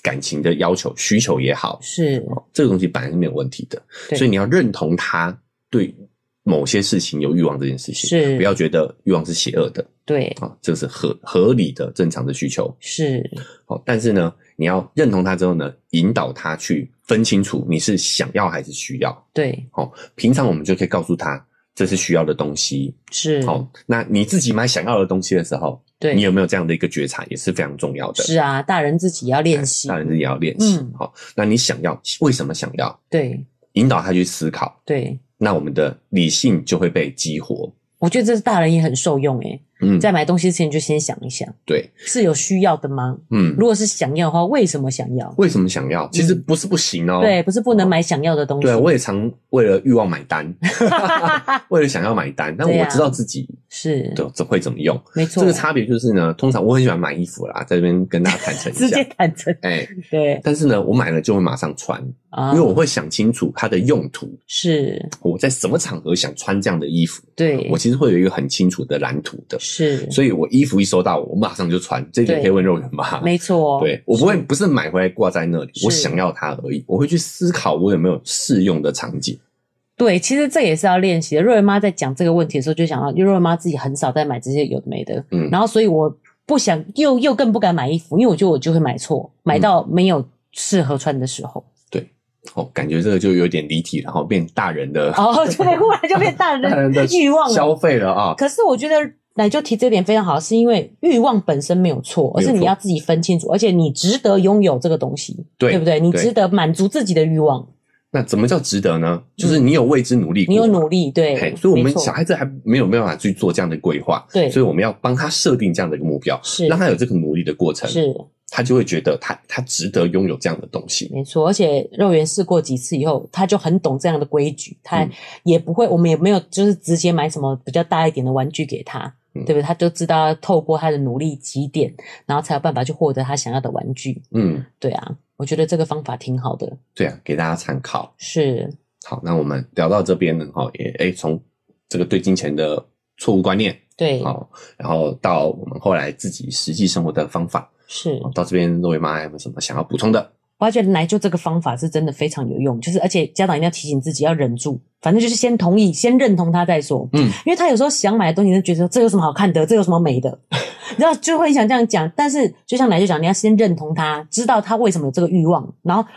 S2: 感情的要求、需求也好，
S1: 是，
S2: 哦这个东西本来是没有问题的。
S1: 对
S2: 所以你要认同他对某些事情有欲望这件事情，
S1: 是
S2: 不要觉得欲望是邪恶的
S1: 对，
S2: 啊、这是合合理的、正常的需求。
S1: 是
S2: 好，但是呢，你要认同他之后呢，引导他去分清楚你是想要还是需要。
S1: 对，
S2: 好，平常我们就可以告诉他这是需要的东西。
S1: 是，
S2: 好，那你自己买想要的东西的时
S1: 嗯
S2: 候，
S1: 对，
S2: 你有没有这样的一个觉察也是非常重要的。哎
S1: 是啊，大人自己要练习，
S2: 大人自己要练习
S1: 嗯。
S2: 好，那你想要为什么想要？
S1: 对
S2: 引导他去思考，
S1: 对，
S2: 那我们的理性就会被激活。
S1: 我觉得这是大人也很受用诶，
S2: 嗯，
S1: 在买东西之前就先想一想，
S2: 对，
S1: 是有需要的吗？
S2: 嗯
S1: 如，果是想要的话，为什么想要？
S2: 为什么想要？其实不是不行哦。
S1: 对，不是不能买想要的东西，
S2: 对，我也常为了欲望买
S1: (laughs)
S2: 单，为了想要买单，但
S1: 对
S2: 我
S1: 啊
S2: 知道自己
S1: 是，
S2: 对，这会怎么用？
S1: 没错，
S2: 这个差别就是呢，通常我很喜欢买衣服啦，在这边跟大家坦诚一
S1: 直
S2: 下
S1: 接，坦诚，
S2: 哎、
S1: 对
S2: 但是呢，我买了就会马上穿，
S1: 啊，
S2: 因为我会想清楚它的用途，
S1: 是，
S2: 我在什么场合想穿这样的衣服，
S1: 对
S2: 我，其实会有一个很清楚的蓝图的，
S1: 是，
S2: 所以我衣服一收到，我马上就穿，这一点
S1: 对
S2: 可以问肉圆吧？
S1: 没错，
S2: 啊对，我不会不是买回来挂在那里，
S1: 是
S2: 我想要它而已，我会去思考我有没有适用的场景。
S1: 对，其实这也是要练习的。瑞妈在讲这个问题的时候，就想到，因为瑞妈自己很少在买这些有的没的，
S2: 嗯
S1: 然后所以我不想又又更不敢买衣服，因为我觉得我就会买错，
S2: 嗯
S1: 买到没有适合穿的时候。
S2: 哦，感觉这个就有点离题，然后变大人的 (laughs)
S1: (laughs) 哦，对，忽然就变大人
S2: 大人
S1: 的
S2: 的
S1: 哦欲望了。
S2: 消费了啊，
S1: 可是我觉得奶就提这点非常好，是因为欲望本身没有错，而
S2: 没有
S1: 是你
S2: 错
S1: 要自己分清楚，而且你值得拥有这个东西，
S2: 对
S1: 不对？你值得满足自己的欲望，
S2: 那怎么叫值得呢？就是你有为之努力
S1: 嗯
S2: 过，
S1: 你有努力，
S2: 嘿，
S1: 对，
S2: 所以我们
S1: 没错
S2: 小孩子还没有没有办法去做这样的规划，
S1: 对
S2: 所以我们要帮他设定这样的一个目标，
S1: 是
S2: 让他有这个努力的过程，
S1: 是
S2: 他就会觉得他他值得拥有这样的东西。
S1: 没错，而且肉圆试过几次以后，他就很懂这样的规矩，他
S2: 嗯
S1: 也不会，我们也没有就是直接买什么比较大一点的玩具给他，
S2: 嗯
S1: 对不对？他就知道要透过他的努力积点，然后才有办法去获得他想要的玩具。
S2: 嗯，
S1: 对啊，我觉得这个方法挺好的，
S2: 对啊，给大家参考。
S1: 是
S2: 好，那我们聊到这边呢，哈，也诶从这个对金钱的错误观念，
S1: 对，
S2: 好，然后到我们后来自己实际生活的方法，
S1: 是。
S2: 好哦到这边肉圆妈还有没有什么想要补充的？
S1: 我还觉得奶就这个方法是真的非常有用，就是而且家长一定要提醒自己要忍住，反正就是先同意，先认同他再说。
S2: 嗯，
S1: 因为他有时候想买的东西，就觉得说这有什么好看的，这有什么美的， (laughs) 你知道就会想这样讲。但是就像奶就讲，你要先认同他，知道他为什么有这个欲望，然后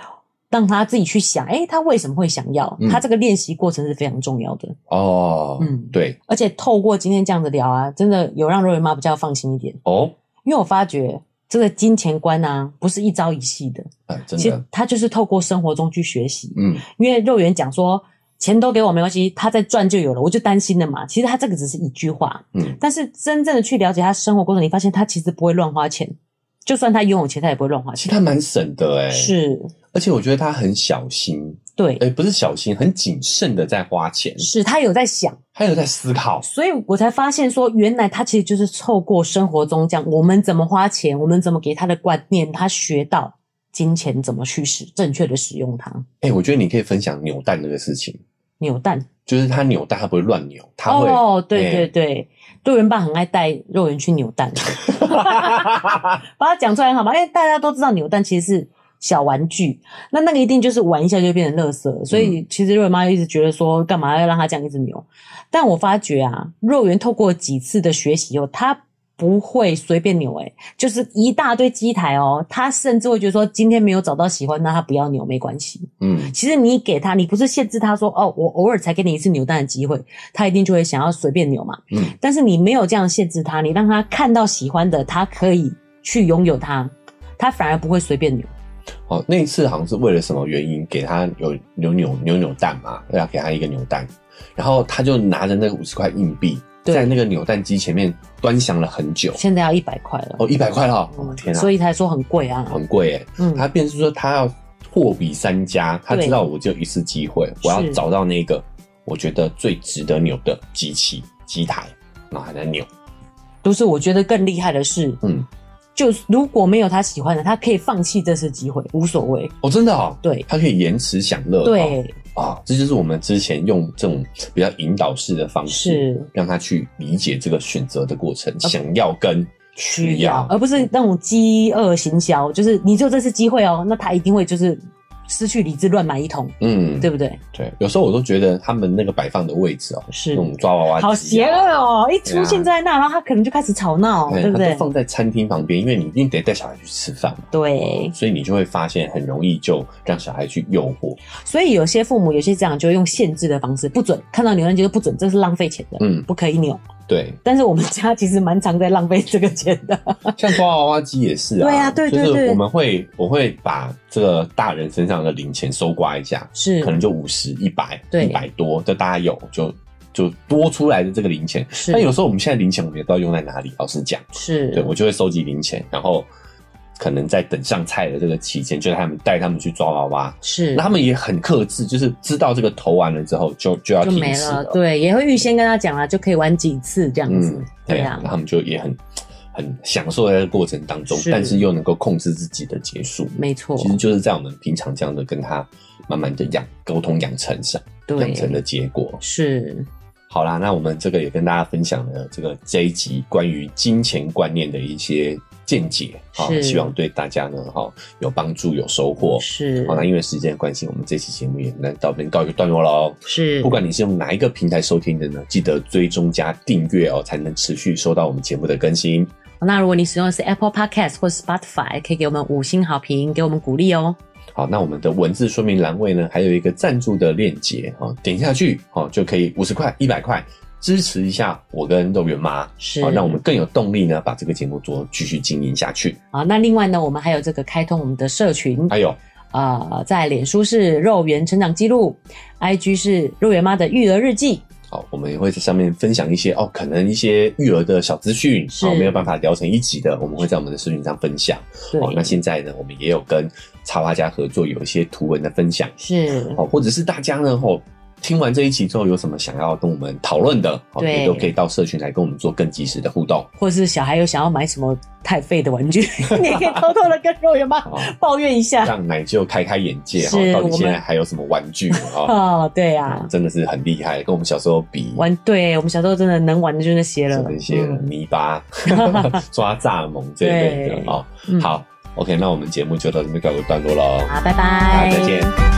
S1: 让他自己去想，诶，他为什么会想要？
S2: 嗯
S1: 他这个练习过程是非常重要的。
S2: 哦，
S1: 嗯
S2: 对，
S1: 而且透过今天这样子聊啊，真的有让肉圆妈比较放心一点，
S2: 哦，
S1: 因为我发觉这个金钱观啊，不是一朝一夕的，
S2: 嗯，真
S1: 其实
S2: 的，
S1: 他就是透过生活中去学习。
S2: 嗯，
S1: 因为肉圆讲说钱都给我没关系，他再赚就有了，我就担心了嘛。其实他这个只是一句话，
S2: 嗯，
S1: 但是真正的去了解他生活过程，你发现他其实不会乱花钱，就算他拥有钱，他也不会乱花
S2: 其实
S1: 钱。
S2: 他蛮省的诶，，
S1: 是，
S2: 而且我觉得他很小心，
S1: 对，
S2: 哎，不是小心，很谨慎的在花钱，
S1: 是他有在想，
S2: 还有在思考。
S1: 所以我才发现说，原来他其实就是透过生活中讲我们怎么花钱，我们怎么给他的观念，他学到金钱怎么去使正确的使用它。
S2: 哎，我觉得你可以分享扭蛋这个事情，
S1: 扭蛋
S2: 就是他扭蛋，他不会乱扭，他会，
S1: 哦，对
S2: 哎
S1: 对对，肉圆爸很爱带肉圆去扭
S2: (laughs)
S1: 蛋。把它讲出来很好吧？因为大家都知道扭蛋其实是小玩具，那那个一定就是玩一下就变成垃圾了。所以
S2: 嗯
S1: 其实肉圆妈一直觉得说，干嘛要让它这样一直扭？但我发觉啊，肉圆透过几次的学习后，他不会随便扭、欸，就是一大堆机台哦，他甚至会觉得说，今天没有找到喜欢，那他不要扭没关系。
S2: 嗯，
S1: 其实你给他，你不是限制他说哦，我偶尔才给你一次扭蛋的机会，他一定就会想要随便扭嘛。
S2: 嗯
S1: 但是你没有这样限制他，你让他看到喜欢的，他可以去拥有它，他反而不会随便扭。
S2: 哦，那一次好像是为了什么原因给他有扭扭扭扭蛋嘛，对啊，给他一个扭蛋，然后他就拿着那个五十块硬币，
S1: 对
S2: 在那个扭蛋机前面端详了很久。
S1: 现在要一百块了，
S2: 哦，一百块了，
S1: 嗯
S2: 哦天啊，
S1: 所以才说很贵啊。
S2: 很贵哎。
S1: 嗯，
S2: 他便是说他要货比三家，他
S1: 对
S2: 知道我就一次机会，我要
S1: 是
S2: 找到那个我觉得最值得扭的机器机台，然后还在扭。
S1: 都是我觉得更厉害的是，
S2: 嗯，
S1: 就是如果没有他喜欢的，他可以放弃这次机会，无所谓。
S2: 哦，真的哦，
S1: 对
S2: 他可以延迟享乐。
S1: 对，
S2: 啊、这就是我们之前用这种比较引导式的方式，
S1: 是呃
S2: 让他去理解这个选择的过程，想要跟需要。嗯
S1: 而不是那种饥饿行销，就是你只有这次机会哦，那他一定会就是失去理智乱买一通，
S2: 嗯，
S1: 对不对？
S2: 对，有时候我都觉得他们那个摆放的位置哦，
S1: 是
S2: 那种抓娃娃、机啊
S1: 好邪恶哦！一出现在那，然后他可能就开始吵闹，
S2: 对
S1: 哦对不
S2: 它
S1: 对
S2: 都？放在餐厅旁边，因为你一定得带小孩去吃饭嘛，哦
S1: 对，
S2: 所以你就会发现很容易就让小孩去诱惑。
S1: 所以有些父母、有些家长就会用限制的方式，不准看到扭蛋机就不准，这是浪费钱的，
S2: 嗯，
S1: 不可以扭。 (laughs)
S2: 对，
S1: 但是我们家其实蛮常在浪费这个钱
S2: (laughs)
S1: 的，
S2: 像抓娃娃机也是啊，
S1: 对啊对对
S2: 就是
S1: 对
S2: 我们会我会把这个大人身上的零钱搜刮一下，
S1: 是
S2: 可能就五十、一百、
S1: 对
S2: 一百多，这大家有就就多出来的这个零钱。
S1: 是
S2: 但有时候我们现在零钱我们也不知道用在哪里，老实讲，
S1: 是
S2: 对我就会收集零钱，然后可能在等上菜的这个期间，就他们带他们去抓娃娃，
S1: 是
S2: 那他们也很克制，就是知道这个投完了之后就就要
S1: 就
S2: 停
S1: 没
S2: 止
S1: 了，对，也会预先跟他讲啊啦，就可以玩几次这样子，
S2: 嗯，
S1: 对
S2: 对
S1: 啊
S2: 啊，那他们就也很很享受在这个过程当中，
S1: 是
S2: 但是又能够控制自己的结束，
S1: 没错，
S2: 其实就是在我们平常这样的跟他慢慢的养沟通养成上
S1: 对
S2: 养，成的结果。
S1: 是
S2: 好啦，那我们这个也跟大家分享了这个这一集关于金钱观念的一些见解，好、
S1: 是
S2: 希望对大家呢哈、有帮助有收获。
S1: 是
S2: 好，那因为时间的关系，我们这期节目也能到这边告一个段落喽。
S1: 是
S2: 不管你是用哪一个平台收听的呢，记得追踪加订阅哦，才能持续收到我们节目的更新。
S1: 那如果你使用的是 Apple Podcast 或 Spotify，可以给我们五星好评，给我们鼓励哦。
S2: 好，那我们的文字说明栏位呢，还有一个赞助的链接哦，点下去哦就可以五十块、一百块支持一下我跟肉圆妈，
S1: 是
S2: 好，让我们更有动力呢，把这个节目做继续经营下去。
S1: 啊。那另外呢，我们还有这个开通我们的社群，
S2: 还有
S1: 啊，在脸书是肉圆成长记录，IG 是肉圆妈的育儿日记，
S2: 好，我们也会在上面分享一些哦，可能一些育儿的小资讯，
S1: 是
S2: 好、没有办法聊成一集的，我们会在我们的社群上分享。
S1: 对，
S2: 哦，那现在呢，我们也有跟插画家合作，有一些图文的分享。
S1: 是
S2: 哦，或者是大家呢，哦，听完这一期之后有什么想要跟我们讨论的，哦，
S1: 对
S2: 也都可以到社群来跟我们做更及时的互动。
S1: 或是小孩有想要买什么太废的
S2: (laughs)
S1: 玩具，你也可以偷偷的跟肉圆妈
S2: 哦
S1: 抱怨一下。
S2: 让奶舅开开眼界哈、
S1: 啊是
S2: 哦，到底
S1: 我
S2: 现在
S1: 们
S2: 还有什么玩具
S1: (laughs)
S2: 啊、
S1: 哦，对呀、
S2: 嗯真的是很厉害，跟我们小时候比，
S1: 玩对我们小时候真的能玩的就那些了
S2: 真，的些
S1: 嗯 (laughs)
S2: 泥巴、抓蚱蜢这一类的
S1: 对
S2: 哦。
S1: 嗯
S2: 好，OK，那我们节目就到这边告一个段落喽，
S1: 啊好，拜拜，
S2: 啊大家再见。